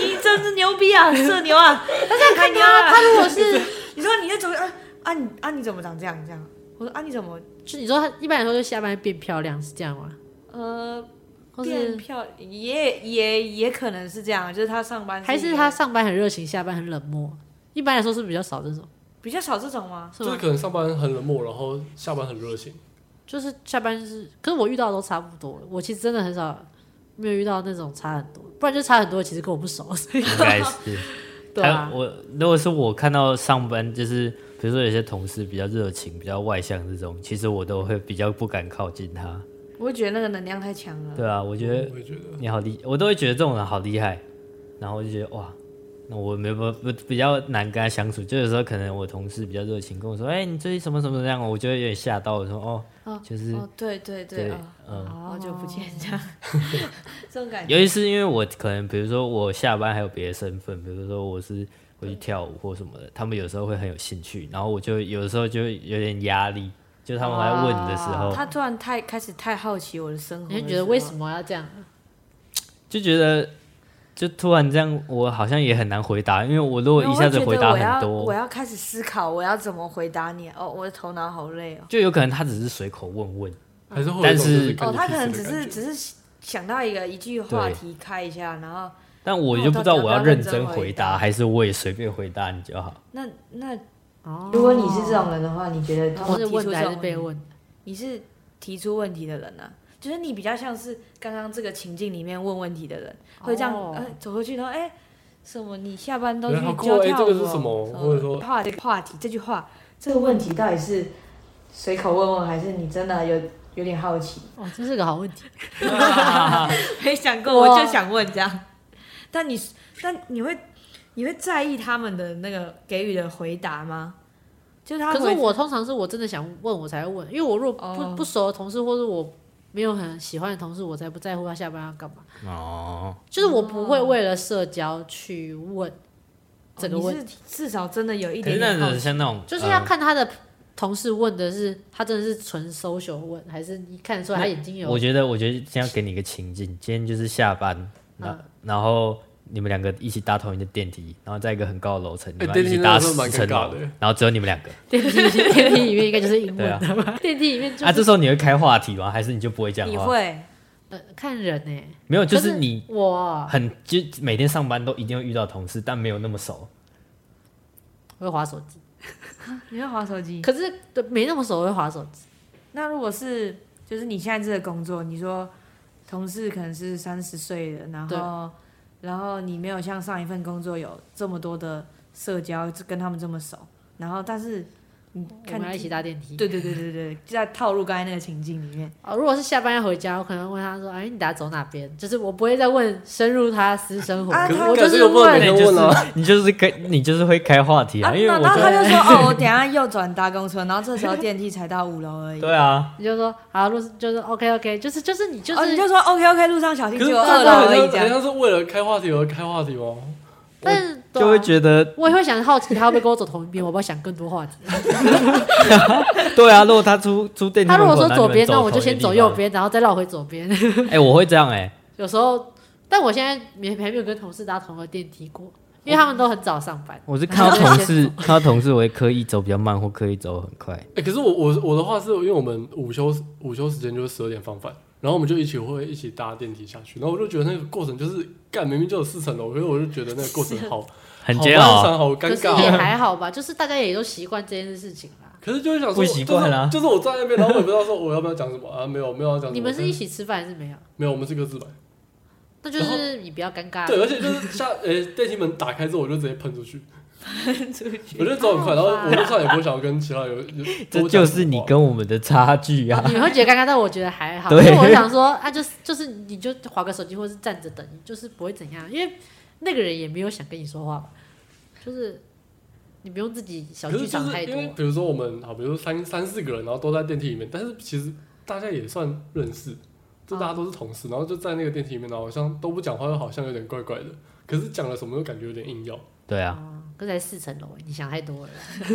你真是牛逼啊，社牛啊！大家看你啊，他如果是 你说你在走，啊啊你啊你怎么长这样这样？我说啊你怎么？”
就你说他一般来说就下班变漂亮是这样吗？
呃，
或
变
是
漂也也也可能是这样，就是他上班
还
一
是
个
他上班很热情，下班很冷漠？一般来说是比较少这种，
比较少这种吗？
是
就是
吗？
可能上班很冷漠，然后下班很热情。
就是下班是，可是我遇到的都差不多。我其实真的很少没有遇到那种差很多，不然就差很多，其实跟我不熟，所以
应 该是。
对
还
啊
有，我如果是我看到上班，就是比如说有些同事比较热情、比较外向这种，其实我都会比较不敢靠近他。
我会觉得那个能量太强了。
对啊，我觉得
我也觉得，
你好厉，我都会觉得这种人好厉害，然后我就觉得哇，那我没不不比较难跟他相处。就有时候可能我同事比较热情，跟我说，哎、你最近什么什么这样，我就会有点吓到，我说哦，就是、
哦，对对对，
对哦
哦
嗯
好久不见这样，这种感觉。
尤其是因为我可能，比如说我下班还有别的身份，比如说我是会去跳舞或什么的，他们有时候会很有兴趣，然后我就有时候就会有点压力，就他们来问你的时候，
啊他突然太开始太好奇我的生活的时
你
候，
就觉得为什么要这样？
就觉得就突然这样，我好像也很难回答，因为我如果
没有
一下子
我
回
会觉得
答
我要
很
我
多，
要开始思考我要怎么回答你。哦，我的头脑好累哦。
就有可能他只是随口问问，
还是会有一
但
种就是干
哦，
你
他
屁
可能只
事的
是
感觉
只是想到一个一句话题开一下，然后
但我就不知道我要认真回答，还是我也随便回答你就好。
那那
哦
如果你是这种人的话，你觉得
我是
提
问
出
的
这
还
种
是被问？
你是提出问题的人啊，就是你比较像是刚刚这个情境里面问问题的人，会这样、
哦
呃走过去，然后哎、什么你下班都去
哎好酷
教
哎
跳舞哦、
这个是什么或者说
话这个话题这句话这个问题到底是随口问问，还是你真的有有点好奇？
哦，这是个好问题。
没想过，
哇
我就想问这样。但你但你会你会在意他们的那个给予的回答吗？就是他
可
哦
是
回
我通常是我真的想问我才会问，因为我如果不、
哦
不熟的同事，或者我没有很喜欢的同事，我才不在乎他下班要干嘛。
哦，嗯
就是我不会为了社交去问这个
哦
问题，
你是至少真的有一
可
点哦
是那
点好
种
奇。
像那种，
就是要
呃
看他的同事问的是他真的是纯 social 问，还是你看得出来他眼睛有
我觉得，我觉得今天要给你一个情境，今天就是下班，然、然后你们两个一起搭同一个电梯，然后在一个很高的楼层，你
哎
们
电
一
梯
起
那
搭
个
十
是蛮
层
尴尬
楼
的，
然后只有你们两个。
电梯电梯里面应该就是英
对
文
啊
的吧？电梯里面就
啊，这
是
时候你会开话题吗？还是你就不会讲
你
话？
会
呃看人呢、
没有，就
可
是你
我
很就每天上班都一定会遇到同事，但没有那么熟。
我会划手机，
你会划手机？
可是对没那么熟我会划手机，
那如果是就是你现在这个工作，你说同事可能是三十岁的，然后然后你没有像上一份工作有这么多的社交，跟他们这么熟，然后但是你
我
看
们要一起搭电梯。
对对对对对，就在套入刚才那个情境里面，
哦，如果是下班要回家，我可能问他说：“哎，你打算走哪边？”就是我不会再问深入他私生活，
啊他
我就
可是
是
又不能
问
每
对，
个
就
问
是
啊，
你就是开你就是会开话题啊，
啊
因为
那
我
然后
觉
他
得
就说 哦，我等一下右转搭公车，然后这时候电梯才到五楼而已。
对啊，
你就说好，如果是就是 OK OK，就是就是你就是、
哦，你就说 OK OK，路上小心，
可是
结
这
果二
样
楼而
好
已
像
这
好
样。
像是为了开话题而开话题吗？
但
就会
得、
觉得
我也会想好奇他会不会跟我走同一边，我不要想更多话题。
对啊。如果他出出电梯
他
门
如
口，
果说
然后
左
你们
边，那
走
我就
同一个
先
地
走右
方。
边，然后再绕回左边。
哎，我会这样哎，
有时候，但我现在也还没有跟同事搭同个电梯过，因为他们都很早上班。
我是 看到同事看到同事，我会刻意走比较慢，或刻意走很快。
哎、可是我我我的话是因为我们午休午休时间就是十二点放饭，然后我们就一起会一起搭电梯下去，然后我就觉得那个过程就是干明明就有四层楼，可是我就觉得那个过程好
很
好
煎
漫
熬，啊
长好
啊可
尴
是也
尬。哦
还好吧， 就是大家也都习惯这件事情啦。
可是就是想说，
不习惯啊
就是，就是我站在那边，然后我也不知道说我要不要讲什么啊，没有没有要讲什么。
你们是一起吃饭还是没有？
没有，我们是各自买。
那就是你比较尴尬。
对，而且就是下呃、电梯门打开之后，我就直接喷出去，我就走很快，然后
啊
我路上也不会想要跟其他有有多
这就
讲什么
是你
话
跟我们的差距啊。
你们会觉得尴尬，但我觉得还好，因
对
为我想说啊，就是就是你就划个手机，或是站着等，就是不会怎样，因为那个人也没有想跟你说话吧，就是你不用自己小
可
剧
是就
场
是
太
因
多。啊
为比如说我们好，比如说三三四个人，然后都在电梯里面，但是其实大家也算认识，就大家都是同事，然后就在那个电梯里面，然后好像都不讲话，又好像有点怪怪的。
嗯
可是讲了什么又感觉有点硬要，
对啊，
哦可是才四层楼，你想太多了。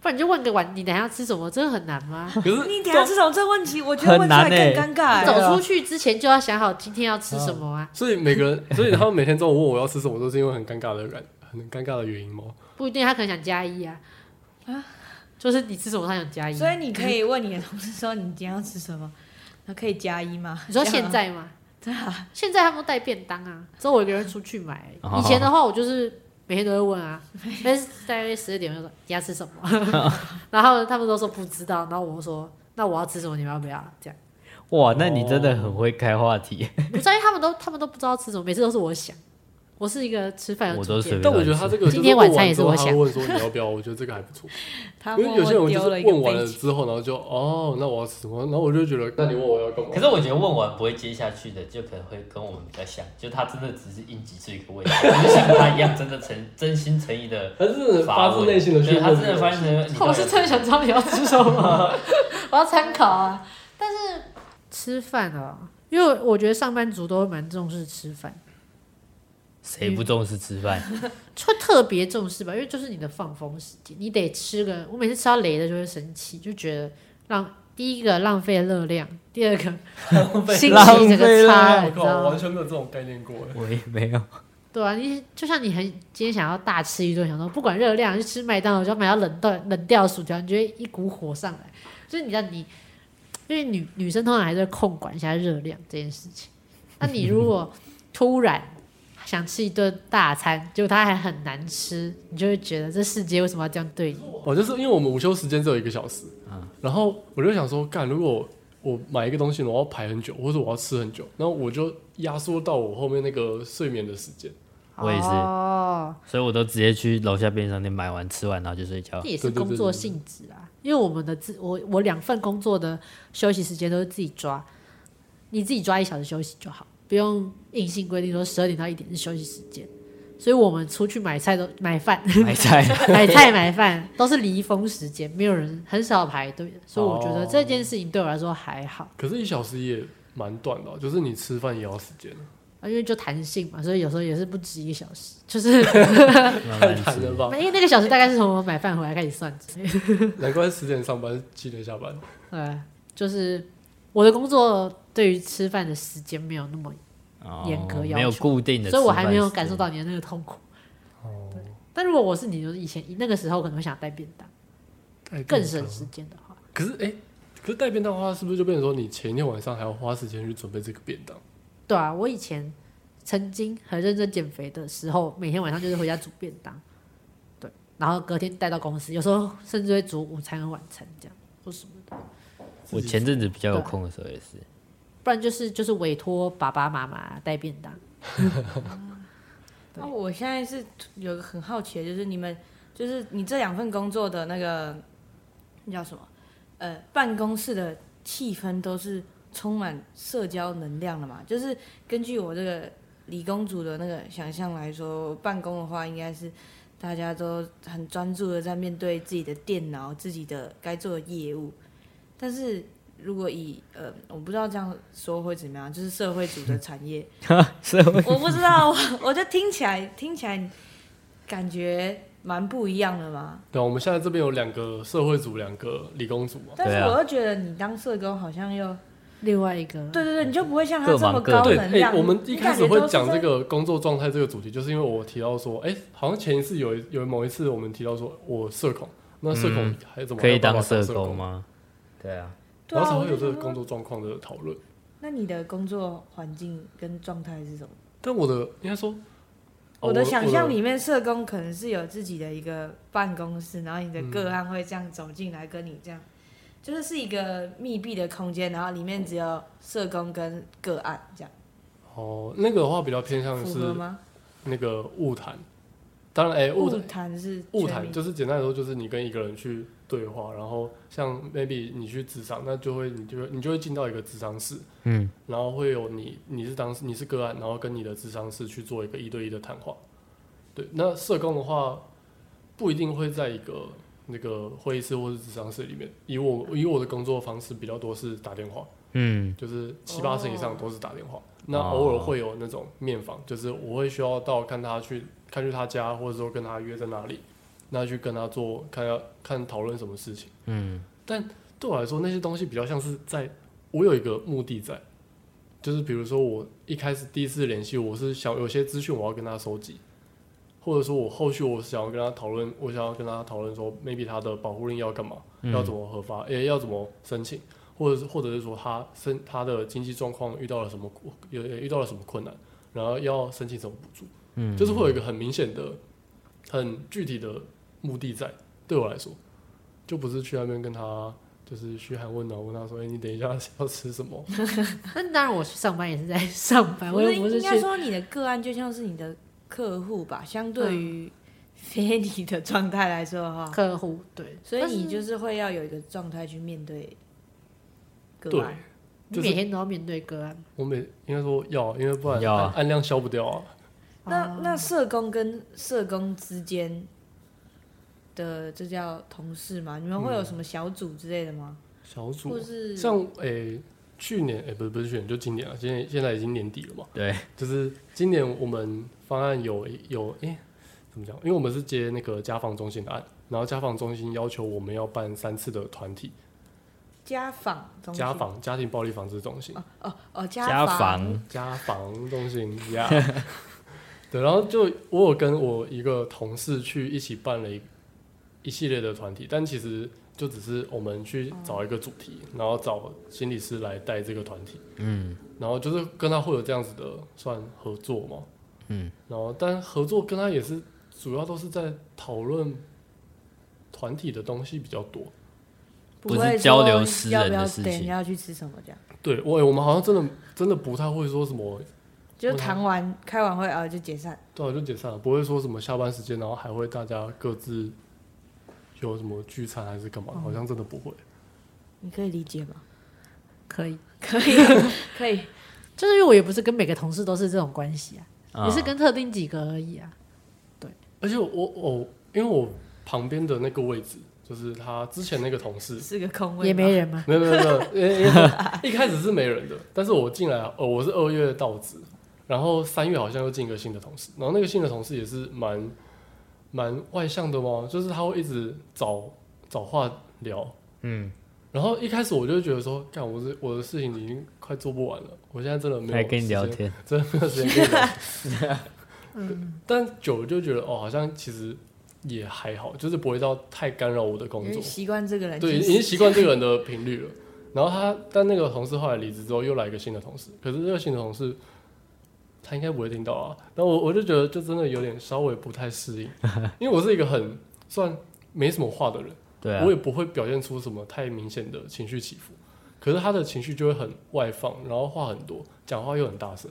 不然你就问个晚，你等一下吃什么？这个很难吗？
可是
你等一下这种这问题，我觉得问出来
啊很难欸
更尴尬欸。
对啊
走出去之前就要想好今天要吃什么啊，
所以每个人，所以他们每天中午问我要吃什么，都是因为很尴尬的感，很尴尬的原 因吗？
嗯
不一定他可能想加一啊，就是你吃什么他想加一。
所以你可以问你的同事说你今天要吃什么，那可以加一吗？
你说
这样
现
吗
在吗？
对啊，
现在他们都带便当啊，只有我一个人出去买。
哦
以前的话，我就是每天都会问 啊，但是大概十二点我就说你要吃什么，然后他们都说不知道，然后我就说那我要吃什么，你们要不要？这样，
哇，那你真的很会开话题。
不是因为他们都他们都不知道吃什么，每次都是我想，我是一个吃饭有
我
主
都随
见
便。
但我觉得他这个就是
今天晚餐也是我
问完之后
想
他会问说你要不要，我觉得这个 还不错。
他
因为有些人
默默
就是
丢了一个
问完了
背景。
之后，然后就哦，那我要吃什么？然后我就觉得，那你问我要干嘛？
可是我觉得问完不会接下去的，就可能会跟我们比较像，就他真的只是应急这个问题， 就像他一样，真的诚真心诚意的
他是
发
发
问，
自内心的去
对
问
他
这
真
个
的发
东西，
自内心。
哦我是真的想知道你要吃什么，我要参考啊。但是吃饭哦，因为我觉得上班族都会蛮重视吃饭，
谁不重视吃饭？
会特别重视吧，因为就是你的放风时间，你得吃个。我每次吃到雷的就会生气，就觉得浪第一个浪费热量，第二个 心情整个差，
我
你知
靠，
道
我
吗
完？全没有这种概念过。哎
我也没有。
对啊，你就像你很今天想要大吃一顿，想说不管热量，去吃麦当劳就要买到冷掉冷掉的薯条，你就会一股火上来。就是你知道你，因为女女生通常还在控管一下热量这件事情，那你如果突然想吃一顿大餐，结果它还很难吃，你就会觉得这世界为什么要这样对你？
哦，就是因为我们午休时间只有一个小时，然后我就想说，干，如果我买一个东西，我要排很久，或者我要吃很久，然后我就压缩到我后面那个睡眠的时间。
我也是
哦，
所以我都直接去楼下便利商店买完吃完，然后就睡 觉
这。也是
啊对对
工
对
作
对对
性质啊，因为我们的自我我两份工作的休息时间都是自己抓，你自己抓一小时休息就好，不用硬性规定说十二点到一点是休息时间。所以我们出去买菜都 买饭、
买 菜
买菜买饭都是离峰时间，没有人很少排队的，所以我觉得
哦
这件事情对我来说还好。
可是，一小时也蛮短的哦，就是你吃饭也要时间，
啊，因为就弹性嘛，所以有时候也是不止一个小时， 就是
慢
太
慢
惨了
吃。
吧？
因为那个小时大概是从我买饭回来开始算之类的，
难怪十点上班，七点下班。
对，就是我的工作对于吃饭的时间没有那么，
哦
严格要求
没有固定的，
所以我还没有感受。到你的那个痛苦。
哦
对，但如果我是你，就是以前那个时候可能会想带便当，
带便
更
当
省时间的话，
可是哎、可是带便当的话，是不是就变成说你前一天晚上还要花时间去准备这个便当？
对啊，我以前曾经很认真减肥的时候，每天晚上就是回家煮便当，对，然后隔天带到公司，有时候甚至会煮午餐和晚餐这样或什么的。
我前阵子比较有空的时候也是，
不然就是就是委托爸爸妈妈带便当。对
那我现在是有个很好奇的，就是你们，就是你这两份工作的那个那叫什么？呃，办公室的气氛都是充满社交能量的嘛？就是根据我这个理工组的那个想象来说，办公的话应该是大家都很专注的在面对自己的电脑、自己的该做的业务，但是。如果以呃，我不知道这样说会怎么样，就是社会组的产业，
所以
啊
我
我不知道，我我 就听起来听起来感觉蛮不一样的嘛。
对啊，我们现在这边有两个社会组，两个理工组嘛。
但是
对啊
我又觉得你当社工好像又
另外一个，
对对对，你就不会像他这
各忙
么
各的
高
对，
能
哎、
量。
我们一
你
开
感
始
觉
会
都是
讲这
在，
个工作状态这个主题，就是因为我提到说，哎、好像前一次有一有某一次我们提到说我社恐，那社恐
嗯
还怎 么、
可以当
社
社工？吗？对啊，
对
然
啊
后才会有
我就
这个
想
工
说
作状况的讨论。
那你的工作环境跟状态是什么？
但我的应该说，哦
我的想象里面，社工可能是有自己的一个办公室，然后你的
嗯
个案会这样走进来跟你这样，就是是一个密闭的空间，然后里面只有社工跟个案这样，
哦，那个的话比较偏向
符
是
合吗？
那个物谈。当然，哎、物
物
谈
谈是
物
全
谈
民
就是简单来说，就是你跟一个人去对话，然后像 maybe 你去职场，那就会你就会你就会进到一个职场室，
嗯，
然后会有你你是当你是个案，然后跟你的智商师去做一个一对一的谈话。对，那社工的话不一定会在一个那个会议室或是智商室里面。以我以我的工作方式比较多是打电话，
嗯，
就是七八成以上都是打电话。那
哦
偶尔会有那种面访，就是我会需要到看他去看去他家，或者说跟他约在哪里，那去跟他做看要看讨论什么事情。
嗯，
但对我来说，那些东西比较像是在我有一个目的在，就是比如说我一开始第一次联系，我是想有些资讯我要跟他收集，或者说我后续我想要跟他讨论，我想要跟他讨论说，maybe 他的保护令要干嘛，
嗯
要怎么核发，也、要怎么申请，或者是或者是说他申他的经济状况遇到了什么有有遇到了什么困难，然后要申请什么补助，
嗯
就是会有一个很明显的、很具体的目的在。对我来说，就不是去那边跟他就是嘘寒问暖，问他说：“哎、你等一下 要吃什么
那当然我去上班也是在 上班，我又不
应
是
该
去
说你的个案就像是你的客户吧，相
嗯
对于非你的状态来说的话，
客户，对，
所以
但是
你就是会要有一个状态去面对个
对
案。
你
就是
每天都要面对个案，？”
我每应该说要，因为不然
要啊
按按量消不掉啊。
那
哦
那社工跟社工之间的这叫同事吗？你们
嗯
会有什么小组之类的吗？
小组
或是
像哎、去年哎、不是不是去年，就今年啊，现在现在已经年底了嘛，
对，
就是今年我们方案有有哎、怎么讲？因为我们是接那个家访中心的案，然后家访中心要求我们要办三次的团体
家访中心
家访家庭暴力防治中心。
哦哦
家
访
访
家访中心呀。Yeah 对，然后就我有跟我一个同事去一起办了一一系列的团体，但其实就只是我们去找一个主题，然后找心理师来带这个团体，嗯，然后就是跟他会有这样子的算合作嘛，嗯，然后但合作跟他也是主要都是在讨论团体的东西比较多。
不是
会说
交流私人的
要不要
事
等
情
一下要去吃什么这样，
对，我我们好像真的真的不太会说什么，
就是谈完开完会啊就解散。
对啊、就解散了，不会说什么下班时间，然后还会大家各自有什么聚餐还是干嘛，好像真的不会。
你可以理解吗？
可以，
可以，可以。
就是因为我也不是跟每个同事都是这种关系啊，
啊
也是跟特定几个而已啊。
而且我我因为我旁边的那个位置，就是他之前那个同事，
是个空位吗，
也没人 吗？
没有没有没有，因为因为一开始是没人的，但是我进来，呃，我是二月到职，然后三月好像又进一个新的同事，然后那个新的同事也是蛮蛮外向的嘛，就是他会一直找找话聊，
嗯，
然后一开始我就觉得说，干，我是我的事情已经快做不完了，我现在真的没有
啊还跟你聊
时间
天，
真的没有时间跟你聊。 但久了就觉得哦，好像其实也还好，就是不会到太干扰我的工
因为
作。
习惯这个人，
对，已经习惯这个人的频率了。然后他，但那个同事后来离职之后，又来一个新的同事。可是这个新的同事，他应该不会听到啊。然后我我就觉得，就真的有点稍微不太适应，因为我是一个很算没什么话的人，
对啊
我，也不会表现出什么太明显的情绪起伏。可是他的情绪就会很外放，然后话很多，讲话又很大声。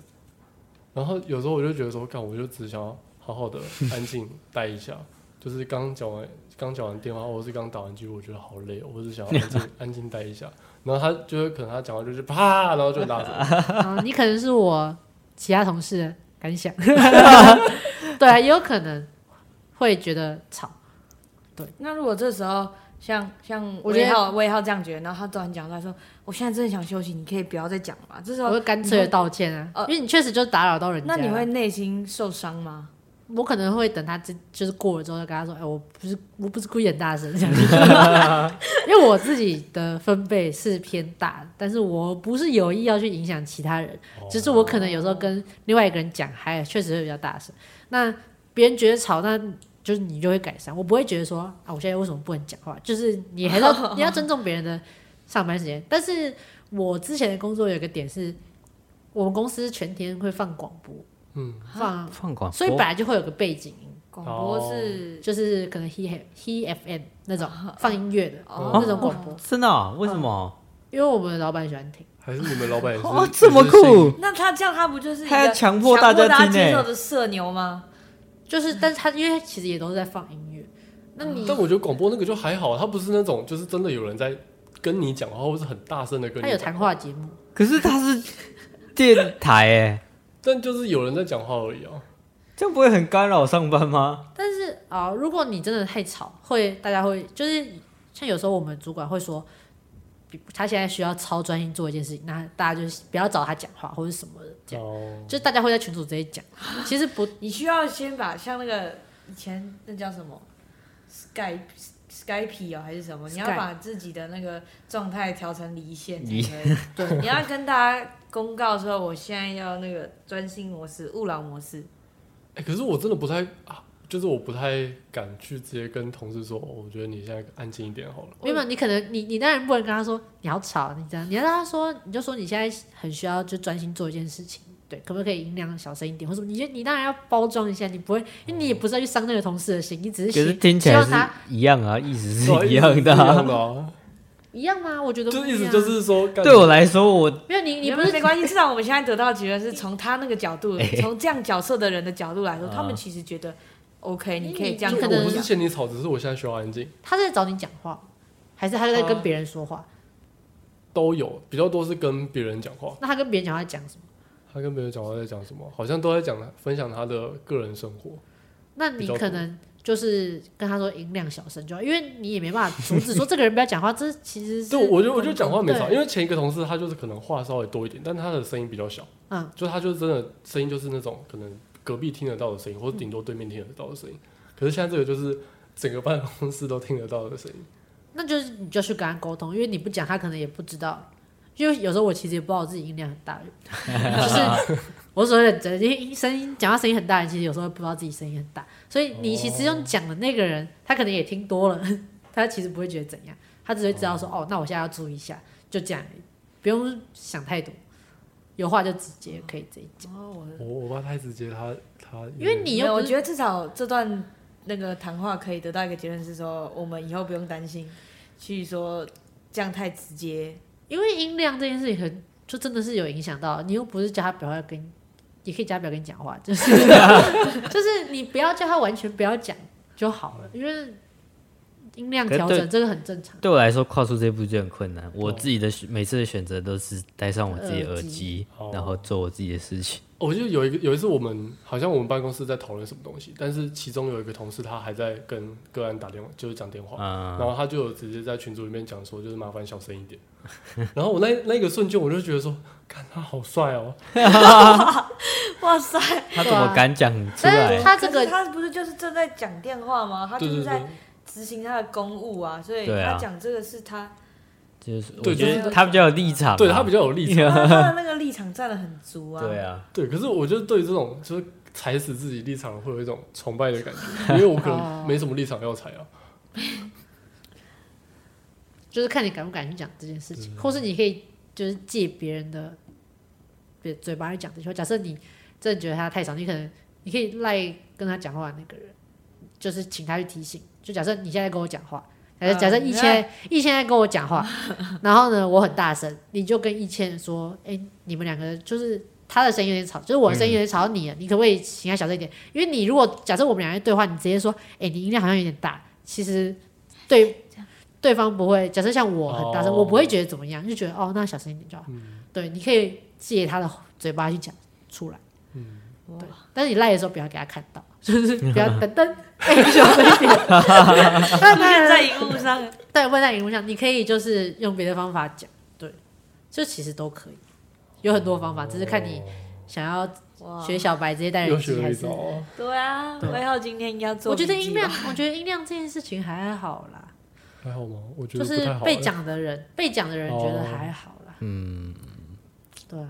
然后有时候我就觉得说，干，我就只想要好好的安静待一下。 就是刚讲完刚讲完电话，或者是刚打完局，我觉得好累哦，我只想要安静安静待一下。然后他就会可能他讲完就是啪，然后就拉走。
啊，你可能是我其他同事的感想，对啊，也有可能会觉得吵。
那如果这时候像像
我觉得
魏浩魏浩这样觉得，然后他突然讲出来说：“我现在真的想休息，你可以不要再讲了吧。”这时
我
候
会干脆的道歉啊，
啊呃
因为你确实就打扰到人家。啊
那你会，内心受伤吗？
我可能会等他这就是过了之后，再跟他说，哎、我不是我不是故意很大声这样， 因为我自己的分贝是偏大，但是我不是有意要去影响其他人，只是我可能有时候跟另外一个人讲，还确实会比较大声。那别人觉得吵，那就是你就会改善。我不会觉得说啊，我现在为什么不能讲话？就是你还是要你要尊重别人的上班时间。但是我之前的工作有一个点是，我们公司全天会放广播，
嗯，
放，
放广播，
所以本来就会有个背景音，
广播是
就是可能 he he FM 那种放音乐的
哦
那种广播，
真的哦、为什
啊
么？
因为我们老板喜欢听。
还是你们老板也 是
哦，这么，
也是信
酷！
那他这样他不就是一个
他要强迫大家听
强迫大
欸
家接受的社牛吗？
就是，但是他因为其实也都是在放音乐，那你
但我觉得广播那个就还好，他不是那种就是真的有人在跟你讲话，或是很大声的跟
他
你
有
讲
谈话节目，
可是他是电台哎，
但就是有人在讲话而已啊。
这样不会很干扰上班吗？
但是啊、如果你真的太吵，会大家会就是像有时候我们主管会说，比他现在需要超专心做一件事情，那大家就是不要找他讲话或者什么的，这样
哦，
就是大家会在群组直接讲。其实不
你需要先把像那个以前那叫什么 Skype Skype 哦还是什么，你要
Skype
把自己的那个状态调成离线才
离
可以。
对，
你要跟大家公告说，我现在要那个专心模式、勿扰模式。
哎、可是我真的不太啊，就是我不太敢去直接跟同事说，哦我觉得你现在安静一点 好了。
没有，你可能你你当然不能跟他说你好吵，你这样，你要让他说，你就说你现在很需要就专心做一件事情，对，可不可以音量小声一点，或者什么你就你当然要包装一下，你不会，因为你也不是要去伤那个同事的心，你只
可
是
是
希
听起来
希望
是一样啊，意思
对啊
是一样的、
一
啊
样。的啊，
一样吗？我觉得
就
不
意
一
思
样啊
就是说，干
对我来说，我
没有你你
你
不
不
是
是没关系，至少我们现在得到的结论是从他那个角度
哎，
从这样角色的人的角度来说，他们其实觉得 OK，
你
你可以这样
你
跟
可
我
能
我不是
讲。
嫌你吵，只是我现在需要安静。
他是在找你讲话，还是他
哦
在跟别人说话？
都有比较多是跟别人讲话，
那他跟别人讲话在讲什么？
他跟别人讲话在讲什么，好像都在讲分享他的个人生活。
那你可能就是跟他说音量小声就好，因为你也没办法阻止说这个人不要讲话。这其实是
对，我就我就讲话没吵，
对
因为前一个同事他就是可能话稍微多一点，但他的声音比较小，
嗯，
就他就是真的声音就是那种可能隔壁听得到的声音，或者顶多对面听得到的声音。可是现在这个就是整个办公室都听得到的声音。
那就是你就去跟他沟通，因为你不讲，他可能也不知道。因为有时候我其实也不知道我自己音量很大，就是我所谓的真，因为音声音讲话声音很大，其实有时候不知道自己声音很 大，所以你其实用讲的那个人，他可能也听多了，他其实不会觉得怎样，他只会知道说哦，那我现在要注意一下，就这样而已，不用想太多，有话就直接可以直接讲。
哦，
我我爸太直接，他他
因为你又
没有
不
我
是
觉得至少这段那个谈话可以得到一个结论是说，我们以后不用担心去说这样太直接。
因为音量这件事情很，就真的是有影响到。你又不是叫他不要跟，也可以叫他不要跟你讲话， 就是就是你不要叫他完全不要讲就好了，因为音量调
可是
整这个很正常。
对我来说，跨出这一步就很困难。
哦
我自己的选每次的选择都是戴上我自己的耳机
耳，机
然后做我自己的事情。
哦我记得有一个有一次我们好像我们办公室在讨论什么东西，但是其中有一个同事他还在跟个案打电话，就是讲电
啊
话，
嗯
然后他就有直接在群组里面讲说，就是麻烦小声一点。然后我那那个瞬间我就觉得说，看他好帅哦，
哇塞！
他怎么敢讲出
但
来
是？他这
可是
个
他不是就是正在讲电话吗？他就
对对
是在
对，
执行他的公务啊，所以
对啊
他讲这个是 他
就是我
对
觉
就
得
是
他比较有立场啊，
对他比较有立 场，
他他的那个立场站得很足啊。
对啊，
对。可是我就对这种就是踩死自己立场会有一种崇拜的感 觉，因为我可能没什么立场要 踩啊。
就是看你敢不敢去讲这件事情，或是你可以就是借别人的别嘴巴去讲这句话。假设你真的觉得他太长，你可能你可以赖跟他讲话的那个人，就是请他去提醒。就假设你现在跟我讲话，假设
嗯
假设一千一千在跟我讲话， 然后呢我很大声，你就跟一千说：“哎、你们两个就是他的声音有点吵，就是我的声音有点吵到你了，你可不可以请他小声一点？因为你如果假设我们两个人对话，你直接说：‘哎、你音量好像有点大’，其实对对方不会。假设像我很大声，
哦
我不会觉得怎么样，就觉得哦，那小声一点就好。
嗯
对，你可以借他的嘴巴去讲出来。
嗯，
哇
对，但是你赖的时候不要给他看到，就是不要噔噔，哎、小声一点。但
他
当
也在
然，
荧幕上，
对，不能在荧幕上，你可以就是用别的方法讲，对，就其实都可以，有很多方法，只是看你想要
哇，
学小白直接带
又
人
学
机
了
还
一
是
招。啊。
对啊，
对
魏浩今天应该做
我觉
笔记吧。
得音量，我觉得音量这件事情还好啦，
还好吗？ 我觉
就
得不
是
太好欸。
被讲的人，被讲的人觉得
哦
还好啦。
嗯，
对啊，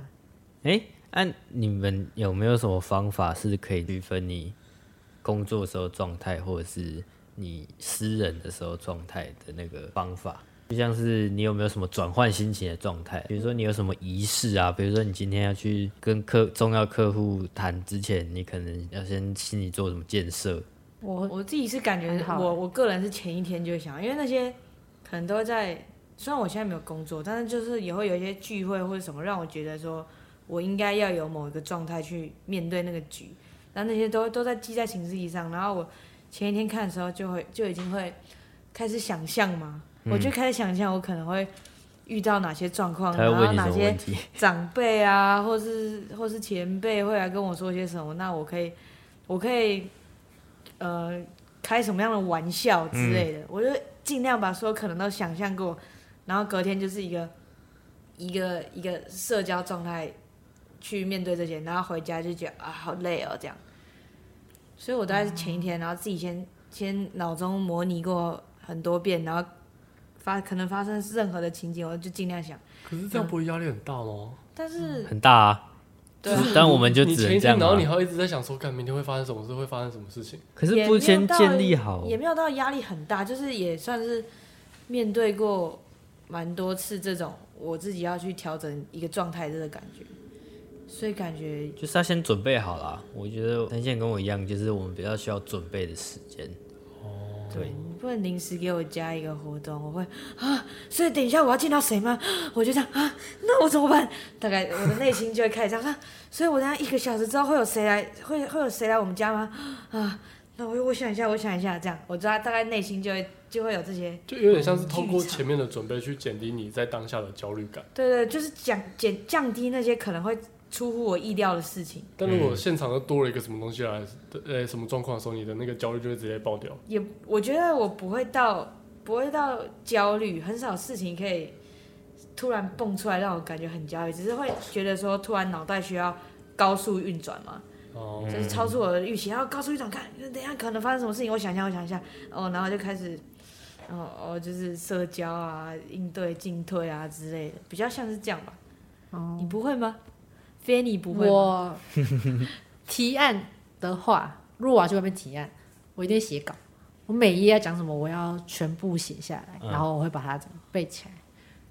哎，那你们有没有什么方法是可以区分你工作时候状态，或者是你私人的时候状态的那个方法？就像是你有没有什么转换心情的状态？比如说你有什么仪式啊？比如说你今天要去跟客重要客户谈之前，你可能要先心里做什么建设？
我
我自己是感觉
还好欸
我我个人是前一天就会想，因为那些可能都会在，虽然我现在没有工作，但是就是也会有一些聚会或者什么，让我觉得说我应该要有某一个状态去面对那个局，然后那些都都在记在行事历上，然后我前一天看的时候就会就已经会开始想象嘛，我
嗯
就开始想象我可能会遇到哪些状况，
他会
然后
问你什
啊哪
么
些
问题？
长辈啊，或是或是前辈会来跟我说些什么，那我可以，我可以，呃，开什么样的玩笑之类的，我就尽量把所有可能都想象过，然后隔天就是一个一个一个社交状态去面对这些，然后回家就觉得啊好累哦这样，所以我大概是前一天，然后自己先先脑中模拟过很多遍，然后发可能发生任何的情景，我就尽量想，
可是这样不会压力很大吗？
但是。
很大啊！
对啊
就是但我们就
你
只
前
能
一
这样、啊。
天，然后你还要一直在想说，看明天会发生什么事，会发生什么事情。
可
也
是
没
不
有
先
到
建立好，
也没有到压力很大，就是也算是面对过蛮多次这种我自己要去调整一个状态这个感觉，所以感觉
就是要先准备好啦。我觉得陈宪跟我一样，就是我们比较需要准备的时间。对，
你不能临时给我加一个活动，我会啊，所以等一下我要见到谁吗？我就这样啊，那我怎么办？大概我的内心就会开始这样啊，所以我等一下一个小时之后会有谁来，会会有谁来我们家吗？啊，那我我想一下，我想一下，这样我知道大概内心就会就会有这些。
就有点像是透过前面的准备去减低你在当下的焦虑感。
对对，就是降减降低那些可能会出乎我意料的事情，
但如果现场又多了一个什么东西来，呃，什么状况的时候，你的那个焦虑就会直接爆掉。
也我觉得我不会到不会到焦虑，很少事情可以突然蹦出来让我感觉很焦虑，只是会觉得说突然脑袋需要高速运转嘛，
哦、
就是超出我的预期，然后高速运转，看等一下可能发生什么事情，我想一下，我想一下，哦，然后就开始。哦哦，就是社交啊、应对进退啊之类的，比较像是这样吧。
哦
你不会吗？非你不会吗？
我 提案的话，如果我要去外面提案，我一定会写稿，我每一页要讲什么，我要全部写下来，
嗯
然后我会把它怎么背起来。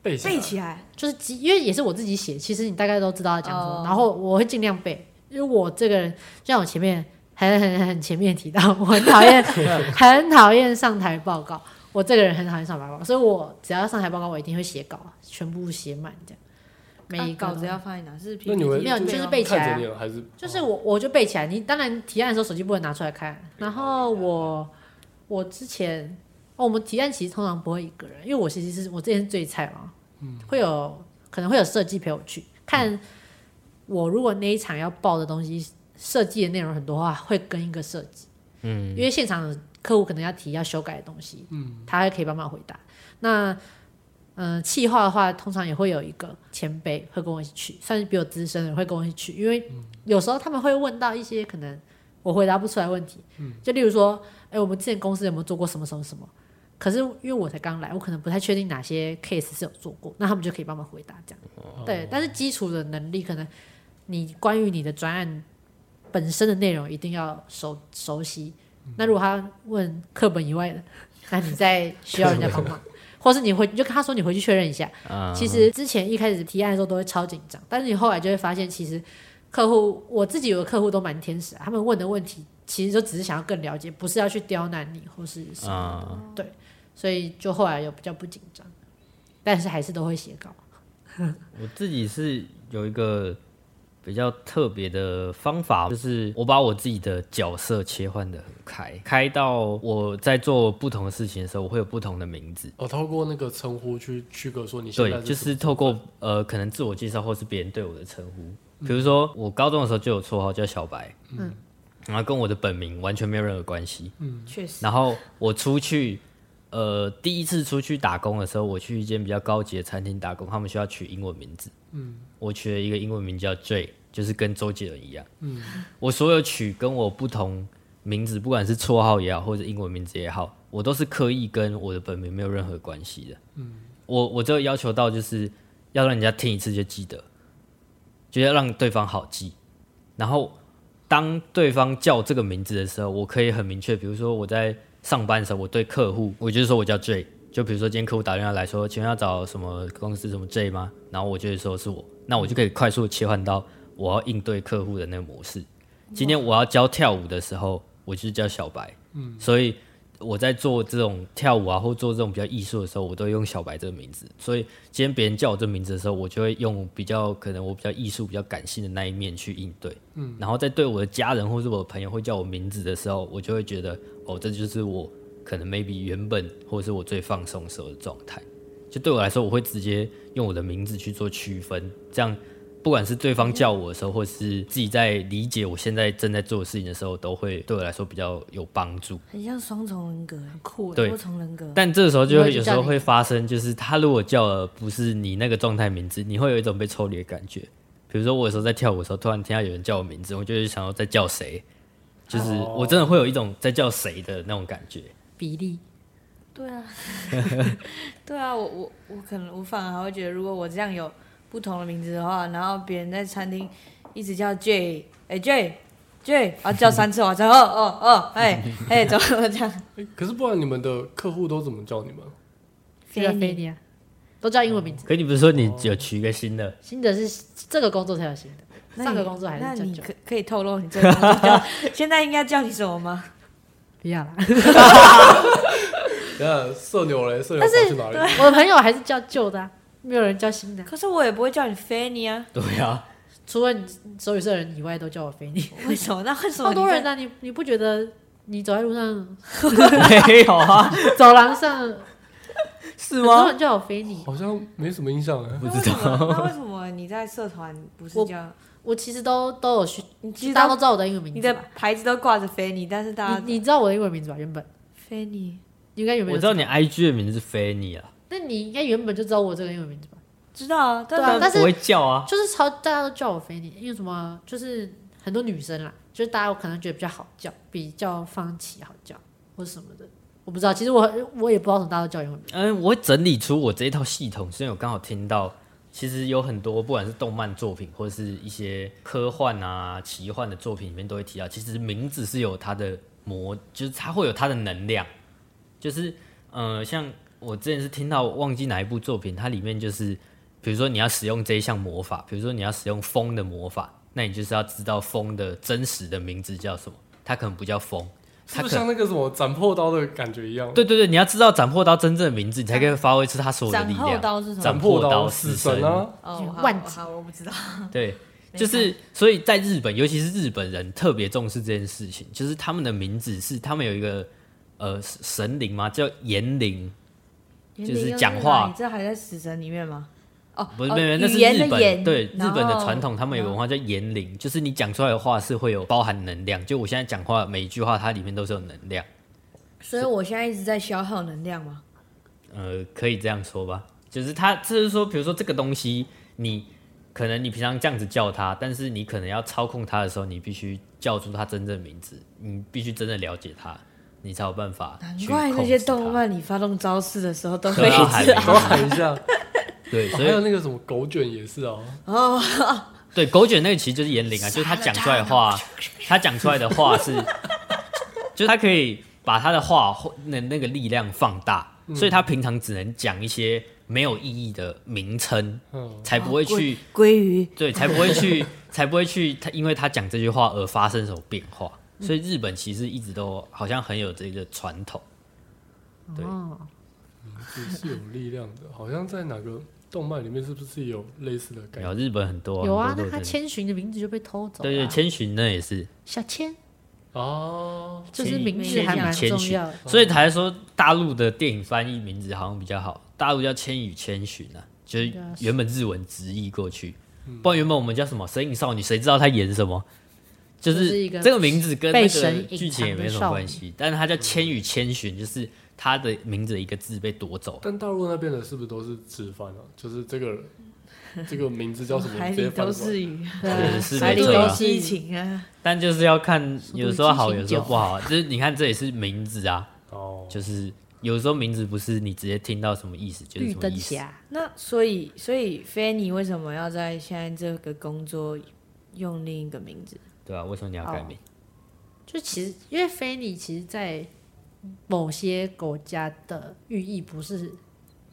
背起来
背起来，
就是记因为也是我自己写，其实你大概都知道要讲什么
哦
然后我会尽量背，因为我这个人，就像我前面很很很前面提到，我很讨厌很讨厌上台报告，我这个人很讨厌上台报告，所以我只要上台报告，我一定会写稿，全部写满这样，每一
啊
个
稿
都
子要放在哪？是 PPT
那你会
没有你就是背起来啊
看着念还是
就是我我就背起来。你当然提案的时候手机不能拿出来看。然后我我之前哦，我们提案其实通常不会一个人，因为我其实是我之前是最菜嘛，会有可能会有设计陪我去看。我如果那一场要报的东西设计的内容很多的话，会跟一个设计，嗯，因为现场的客户可能要提要修改的东西，嗯，他还可以帮忙回答。那嗯，企划的话，通常也会有一个前辈会跟我一起去，算是比我资深的人会跟我一起去，因为有时候他们会问到一些可能我回答不出来的问题，就例如说，哎、我们之前公司有没有做过什么什么什么？可是因为我才刚来，我可能不太确定哪些 case 是有做过，那他们就可以帮忙回答这样。对，但是基础的能力，可能你关于你的专案本身的内容一定要熟熟悉。那如果他问课本以外的，那你再需要人家帮忙，或是你回你就跟他说你回去确认一下，
啊，
其实之前一开始提案的时候都会超紧张，但是你后来就会发现，其实客户我自己有的客户都蛮天使、啊，他们问的问题其实就只是想要更了解，不是要去刁难你或是什么的，对，所以就后来有比较不紧张，但是还是都会写稿。
我自己是有一个比较特别的方法，就是我把我自己的角色切换的很开，开到我在做不同的事情的时候，我会有不同的名字。
哦，透过那个称呼去区隔说你现在
对，就是透过呃，可能自我介绍或是别人对我的称呼，比如说我高中的时候就有绰号叫小白，嗯，然后跟我的本名完全没有任何关系。
确实
然后我出去，呃，第一次出去打工的时候，我去一间比较高级的餐厅打工，他们需要取英文名字。嗯，我取了一个英文名叫 J，就是跟周杰伦一样。嗯，我所有取跟我不同名字，不管是绰号也好，或者英文名字也好，我都是刻意跟我的本名没有任何关系的。嗯，我我只有要求到就是要让人家听一次就记得，就要让对方好记，然后。当对方叫这个名字的时候，我可以很明确，比如说我在上班的时候，我对客户，我就是说我叫 J，就比如说今天客户打电话来说，请问要找什么公司什么 J 吗？然后我就会说是我，那我就可以快速切换到我要应对客户的那个模式。今天我要教跳舞的时候，我就是叫小白，嗯，所以我在做这种跳舞啊，或做这种比较艺术的时候，我都会用小白这个名字。所以今天别人叫我这名字的时候，我就会用比较可能我比较艺术、比较感性的那一面去应对。嗯，然后在对我的家人或是我的朋友会叫我名字的时候，我就会觉得哦，这就是我可能 maybe 原本或者是我最放松时候的状态。就对我来说，我会直接用我的名字去做区分，这样不管是对方叫我的时候，或是自己在理解我现在正在做的事情的时候，都会对我来说比较有帮助。
很像双重人格，很酷耶，欸
对
多重人格。
但这个时候就会有时
我
候
也是
会发生，就是他如果叫了不是你那个状态名字，你会有一种被抽离的感觉。比如说我有时候在跳舞的时候，突然听到有人叫我名字，我就会想要在叫谁，就是
哦
我真的会有一种在叫谁的那种感觉。
比例
对啊， 对啊，我我我可能我反而还会觉得，如果我这样有不同的名字的话，然后别人在餐厅一直叫 J，哎、J J，然后叫三次，我才哦哦哦，哎哎，怎么这 样？
诶可是不然你们的客户都怎么叫你们？
菲亚菲尼亚都叫英文名字，
可你不是说你有取一个新的？
新的是这个工作才有新的，
那
上个
你
工作还
那
是
你
叫
可可以透露你这个工作叫现在应该叫你什么吗？
不要啦。
等一下社牛嘞，社
但
牛跑
是
去哪里？
我的朋友还是叫旧的、啊，没有人叫新的啊、
可是我也不会叫你 Fanny 啊，
对啊，
除了你手语社人以外都叫我菲尼。
为什么？那为什
超
么你
多
在
人啊！你你不觉得你走在路上、
没有啊，
走廊上，
是
很多
吗？
人叫我菲尼，
好像没什么印象哎。
不
那
知
为什
道，
么？那为什么你在社团不是
我
叫？
我其实都都有去，
你知
大家都
道
知道我的英文名
你
字
的
吧？
牌子都挂着 Fanny，但是大家
你你知道我的英文名字吧？原本
Fanny
你应该原本
我
就
知道你，IG 的名字是菲尼啊，
那你应该原本就知道我这个英文名字吧？
知道啊，
对啊
但
但是
不会叫啊。
就是超大家都叫我菲尼，因为什么？就是很多女生啦，就是大家可能觉得比较好叫，比较方琦好叫或什么的，我不知道。其实我我也不知道为什么大家都叫我英文名字。
嗯，我会整理出我这一套系统，是因为我刚好听到，其实有很多不管是动漫作品或者是一些科幻啊、奇幻的作品里面都会提到，其实名字是有它的魔，就是它会有它的能量。就是呃，像我之前是听到忘记哪一部作品，它里面就是比如说你要使用这一项魔法，比如说你要使用风的魔法，那你就是要知道风的真实的名字叫什么，它可能不叫风，
是
它
不
可
是
能。
像那个什么斩破刀的感觉一样？
对对对，你要知道斩破刀真正的名字，你才可以发挥出它所有的
斩
力
后
量。
刀是什么？
斩
破
破刀
死
死
神
神
啊，
哦，好
万
好，我不知道。
对，就是所以在日本，尤其是日本人特别重视这件事情，就是他们的名字是他们有一个呃神灵嘛，叫言灵，就是讲话
你这还在死神里面吗？哦，
不是，
哦
没有，没有那是
语言的哦
日本
言
对日
然
本的
后
传统，他们有个文化叫言灵，就是你讲出来的话是会有包含能量。就我现在讲话每一句话，它里面都是有能量，
所以我现在一直在消耗能量嘛。
呃，可以这样说吧，就是它就是说，比如说这个东西，你可能你平常这样子叫它，但是你可能要操控它的时候，你必须叫出它真正名字，你必须真的了解它，你才有办法
难
去
怪那
控
些
制
动
它
漫里发动招式的时候都
都
会一
要喊
直
名
都喊一下。
对，所
还有
以
那个什么狗卷也是哦，
哦，
对狗卷那个其实就是言灵啊，就是他讲出来的话，他讲出来的话是，就是他可以把他的话或那那个力量放大，所以他平常只能讲一些没有意义的名称，
嗯，
才不会
啊
去
鲑鱼
对，才不会去， 才不会去他，因为他讲这句话而发生什么变化。所以日本其实一直都好像很有这个传统，对
哦，
也是有力量的，好像在哪个动漫里面是不是也有类似的
然
感觉？
后日本很多
有啊，
很多
那
都
他
有这个
千寻的名字就被偷走了啊。
对对千寻那也是，
小千
哦，
就是名字
千
还蛮
千
重
寻
要的。
所以才说大陆的电影翻译名字好像比较好，大陆叫《千与千寻》啊，就是
对啊是
原本日文直译过去，不然原本我们叫什么《神隐少女》，谁知道她演什么？就
就是是一个
这个名字跟那
被
个
神隐
剧情也没什
藏的
么
少
关系，但是它叫《千与千寻》，就是它的名字的一个字被夺走，
但大陆那边的是不是都是直翻啊？就是 这个这个名字叫什么？
海
直接
里
翻
都
过来。
是鱼，
对
对是
海
没
里
错
都
啊。
是疫情啊。
但就是要看，
度
有时候好，
激情
有时候
九
不好啊。就是你看，这也是名字啊，
哦，
就是有时候名字不是你直接听到什么意思就是
绿
什么
灯
意思。
侠，
那所以，所以菲尼为什么要在现在这个工作用另一个名字？
对啊，为什么你要改
哦
名？
就其实因为菲尼其实，在某些国家的寓意不是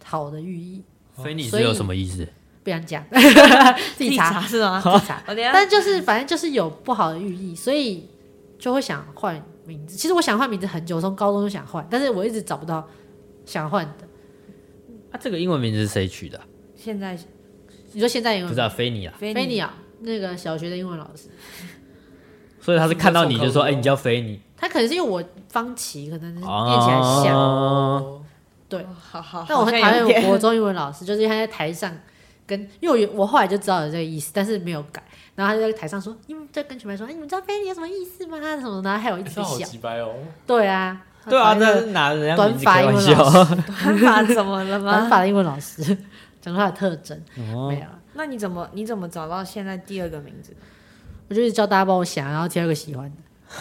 好的寓意，
所以你
所
是
以
有什么意思？
不想讲， 自
自己
己查
查啊是吗？
自 己查。
我等一下
但就是反正就是有不好的寓意，所以就会想换名字。其实我想换名字很久，从高中就想换，但是我一直找不到想换的。
啊，这个英文名字是谁取的啊？
现在
你说现在英
不
文
知道菲尼啊，
菲
菲
尼
尼啊，那个小学的英文老师，
所以他是看到你就说，
是不
哎、
是
你叫菲尼，
他可能是因为我方琦，可能念起来
哦，
像。
哦，
对
哦好好，
但我
好
很
像
讨厌
有
我
点
国中英文老师，就是因为他在台上跟，因为我有我后来就知道有这个意思，但是没有改。然后他就在台上说：“你们在跟全班说，哎，你们知道菲尼有什么意思吗？什么的？”然后还 有一直
哎这好
笑。
几掰哦，
对啊，
对啊，
他
那
讨厌那
是
个
拿人家
短
名字
发
开
英
玩
文老
笑。
师，
短发怎么了
短
吗？
发的英文老师讲出他的特征，没
哦，
有了。
那你怎么你怎么找到现在第二个名字？
我就是教大家帮我想，然后挑一个喜欢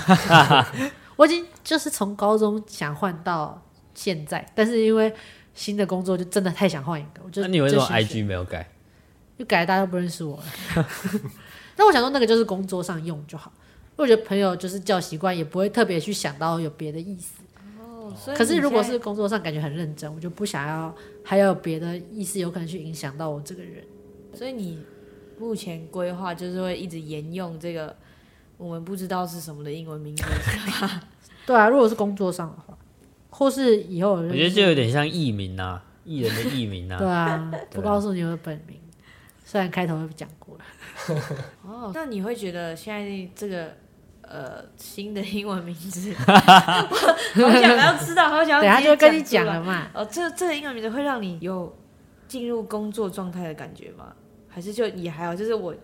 的。我已经就是从高中想换到现在，但是因为新的工作就真的太想换一个，我 就
那你为什么
就先选
IG 没有改？
就改了大家都不认 识我了。但我想说，那个就是工作上用就好。因为我觉得朋友就是叫习惯，也不会特别去想到有别的意思。
哦，所以
可是
你
如果
现
是工作上感觉很认真，我就不想要还有别的意思，有可能去影响到我这个人。
在，所以你目前规划就是会一直沿用这个我们不知道是什么的英文名字，是吧
对啊，如果是工作上的话，或是以后有
我
认识
觉得就有点像艺名啊，艺人的艺名啊
对。啊，不告诉你我的本名，虽然开头就讲过了。
哦，那你会觉得现在这个呃新的英文名 字，我好想要知道，好想要
等一下
直接
就跟你
讲
讲
出来
了嘛。
哦，这这个英文名字会让你有进入工作状态的感觉吗？还是就也还好，就是我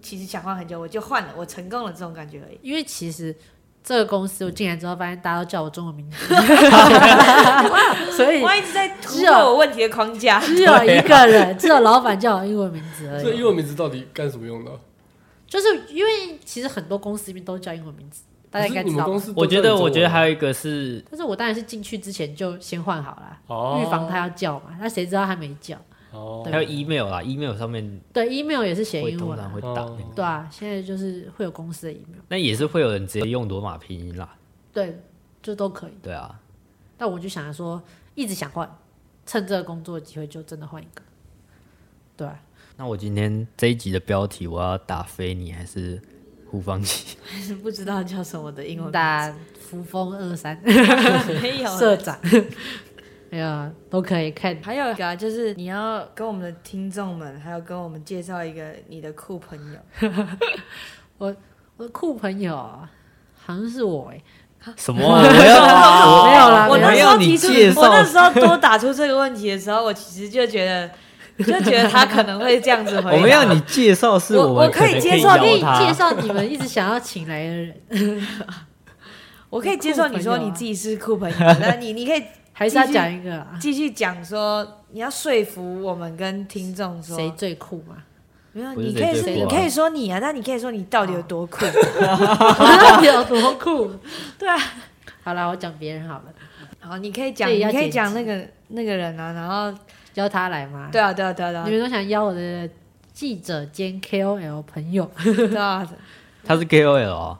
其实想换很久，我就换了，我成功了这种感觉而已。
因为其实这个公司我进来之后，发现大家都叫我中 文名字， 所以
我一直在突
是
破
哦
我问题的框架。
只有一个人，只有老板叫我英文名字而
这英
已。
文名字到底干什么用的啊？
就是因为其实很多公司里面都叫英文名字，大家应
不
该
是你
知道
们公
吧。
司都
我觉
叫
得，
你中文
我觉得还有一个是
但是我当然是进去之前就先换好了，
哦
预防他要叫嘛。那谁知道他没叫？
哦
对啊
还有 email 啦，email 上面
对，email 也是写
会
英
通
文
常
啊
会，打
哦
那个，
对啊，现在就是会有公司的 email，
那也是会有人直接用罗马拼音啦。
对，就都可以。
对啊，
但我就想说，一直想换，趁这个工作机会就真的换一个。对啊、
那我今天这一集的标题，我要打飞你还是胡方 琪？
是不知道叫什么的英文名字
打扶风二 三
没有啊
社长，哎呀，都可以看。
还有一个啊，就是你要跟我们的听众们，还有跟我们介绍一个你的酷朋友，
我的酷朋友啊好像是我哎、
什么啊？没 有啊，
没有啦
我
我
那
没
时
有
候
你
提出
介，绍
我，那时候多打出这个问题的时候，我其实就觉得，就觉得他可能会这样子回答。
我们要你介绍是
我
们
我可以
能
接受
我可
邀
以
他
介绍你们一直想要请来的人，
我可以接受你说你自己是酷 朋友，那你你可以
还是要讲一个啊？
继续讲说，你要说服我们跟听众说，
谁最酷嘛？
没有，
不是
你
谁啊
可以说
最
你
酷啊
可以说你啊，那你可以说你到底有多酷？
有多酷？
对啊，
好啦，我讲别人好了，
好，你可以讲，
这也要
你可
剪
以讲
辑
那个那个人啊，然后
邀他来嘛。
对啊，对啊，对啊，对啊
你们都想邀我的记者兼 KOL 朋友，
对啊，
他是 KOL 哦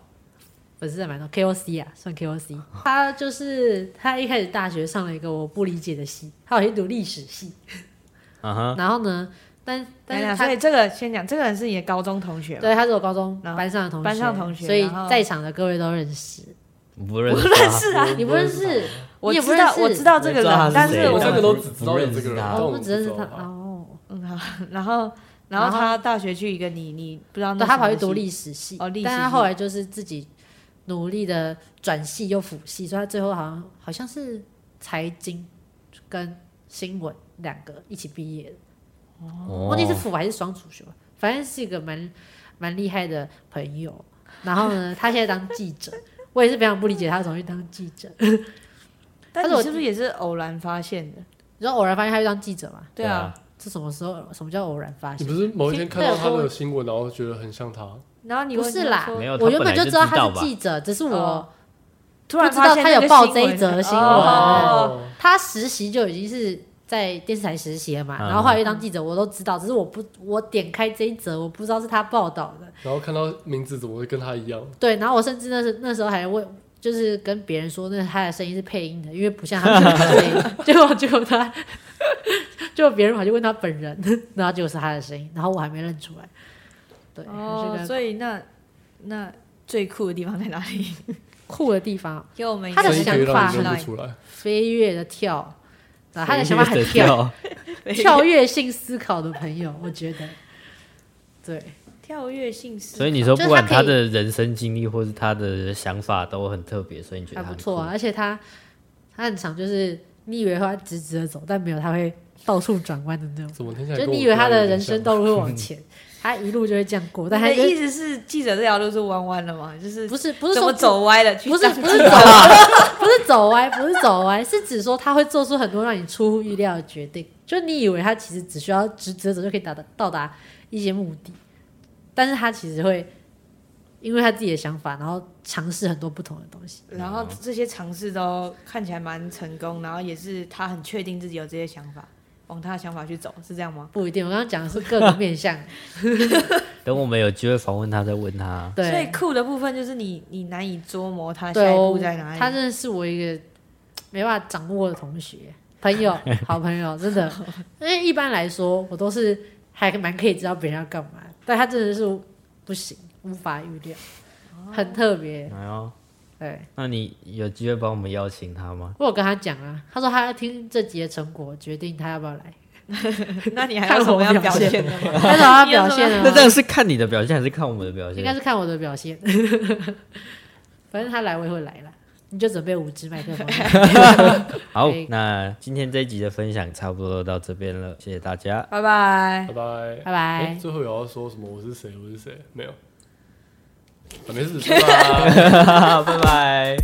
粉丝还蛮多，KOC 啊，算 KOC。他就是他一开始大学上了一个我不理解的系，他有去读历史系，
嗯哼，
然后呢，但但
等一下
是
所
他
以这个先讲，这个人是你的高中同学嘛？
对他是我高中
然后
班上的同学，
嗯班上同学
所以
然后
在场的各位都认识，
我不认识
不认
他，
识啊，
你不认识，
我
你也不
知
认
道
识，
我知道这个
我知道他
人，
是
但
谁
是
我
我
三
知道
个都只知道有这个
我
人，
哦
但
不
我
我
不
们
只认识他
不啊知道
哦，
嗯好，然后然后
然后
他大学去一个你你不知道那
对他
什么
跑去读
系
历史系，
哦历史
但他
系
后来就是自己努力的转系又辅系，所以他最后好像好像是财经跟新闻两个一起毕业的，
哦
忘记是辅还是双主修，反正是一个蛮蛮厉害的朋友。然后呢，他现在当记者，我也是非常不理解他怎么去当记者。
但
但是
你
我
是不是也是偶然发现的？
你说偶然发现他去当记者嘛？
对啊，
这什么时候？什么叫偶然发
你
现
不？是某一天看到他的新闻，然后觉得很像他，
然后你
不
问
是
他
啦
说
没有，
我
他
原
本
本
来
就
就
知道
知
他
道
是
吧
记者，只是我、
哦突
不
然
知道
发现
他
那
有
个
报
新
这一
闻
则新闻
哦
哦，
他实习就已经是在电视台实习了嘛，
嗯
然后后来又当记者，我都知道，只是我不我点开这一则，我不知道是他报道的，
然后看到名字怎么会跟他一样？
对，然后我甚至那时那时候还问。就是跟别人说，那他的声音是配音的，因为不像他们的声音。结果结果他，结果别人跑去问他本人，然后结果是他的声音，然后我还没认出来。对，
哦
这，个
所以那那最酷的地方在哪里？
酷的地方，
给我们一
他的
个
声音可以让你认不出来，
飞跃的跳，啊，他的想法很跳，跳跃性思考的朋友，我觉得，对，
跳跃性思考，
所以你说，
就是
不管
他
他
可以
的人生经历或是他的想法都很特别，所以你觉
还
得他
不
很
错啊，
酷
而且他他很常就是你以为他直直的走，但没有，他会到处转弯的那种。
怎么听起来
就
跟我
你以为他的人生
都
道路 会往前，他一路就会这样过，
你
但他
的
就
意思是记者这条路是弯弯的吗？就是
不是不是
怎么
说
走歪了？去啊
不是
当
不是走歪， 不是走歪，不是走歪，是指说他会做出很多让你出乎意料的决定。就你以为他其实只需要直直的走就可以达到到达一些目的，但是他其实会因为他自己的想法，然后尝试很多不同的东西。
然后这些尝试都看起来蛮成功，然后也是他很确定自己有这些想法，往他的想法去走，是这样吗？
不一定，我刚刚讲的是各个面向。
等我们有机会访问他，再问他。
对，
所以酷的部分就是你你难以捉摸他
对
下一
哦
步在哪里。
他真的是我一个没办法掌握的同学、朋友、好朋友，真的。因为一般来说，我都是还蛮可以知道别人要干嘛，但他真的是不行，无法预料，
哦
很特别。
哎呦，
对，
那你有机会帮我们邀请他吗？
我有跟他讲啊，他说他要听这集的成果，决定他要不要来，
那你还有什么要表现的吗？
他找他表现
那这
啊，
样是看你的表现还是看我们的表
应该
现？
是看我的表现。反正他来我也会来啦，你就准备五支麦克风。
好
可以，
那今天这一集的分享差不多到这边了，谢谢大 家。
拜拜
拜。拜
拜拜
哎最后有要说什么？我是谁？我是谁？没有，啊没事，拜拜。
好，拜拜。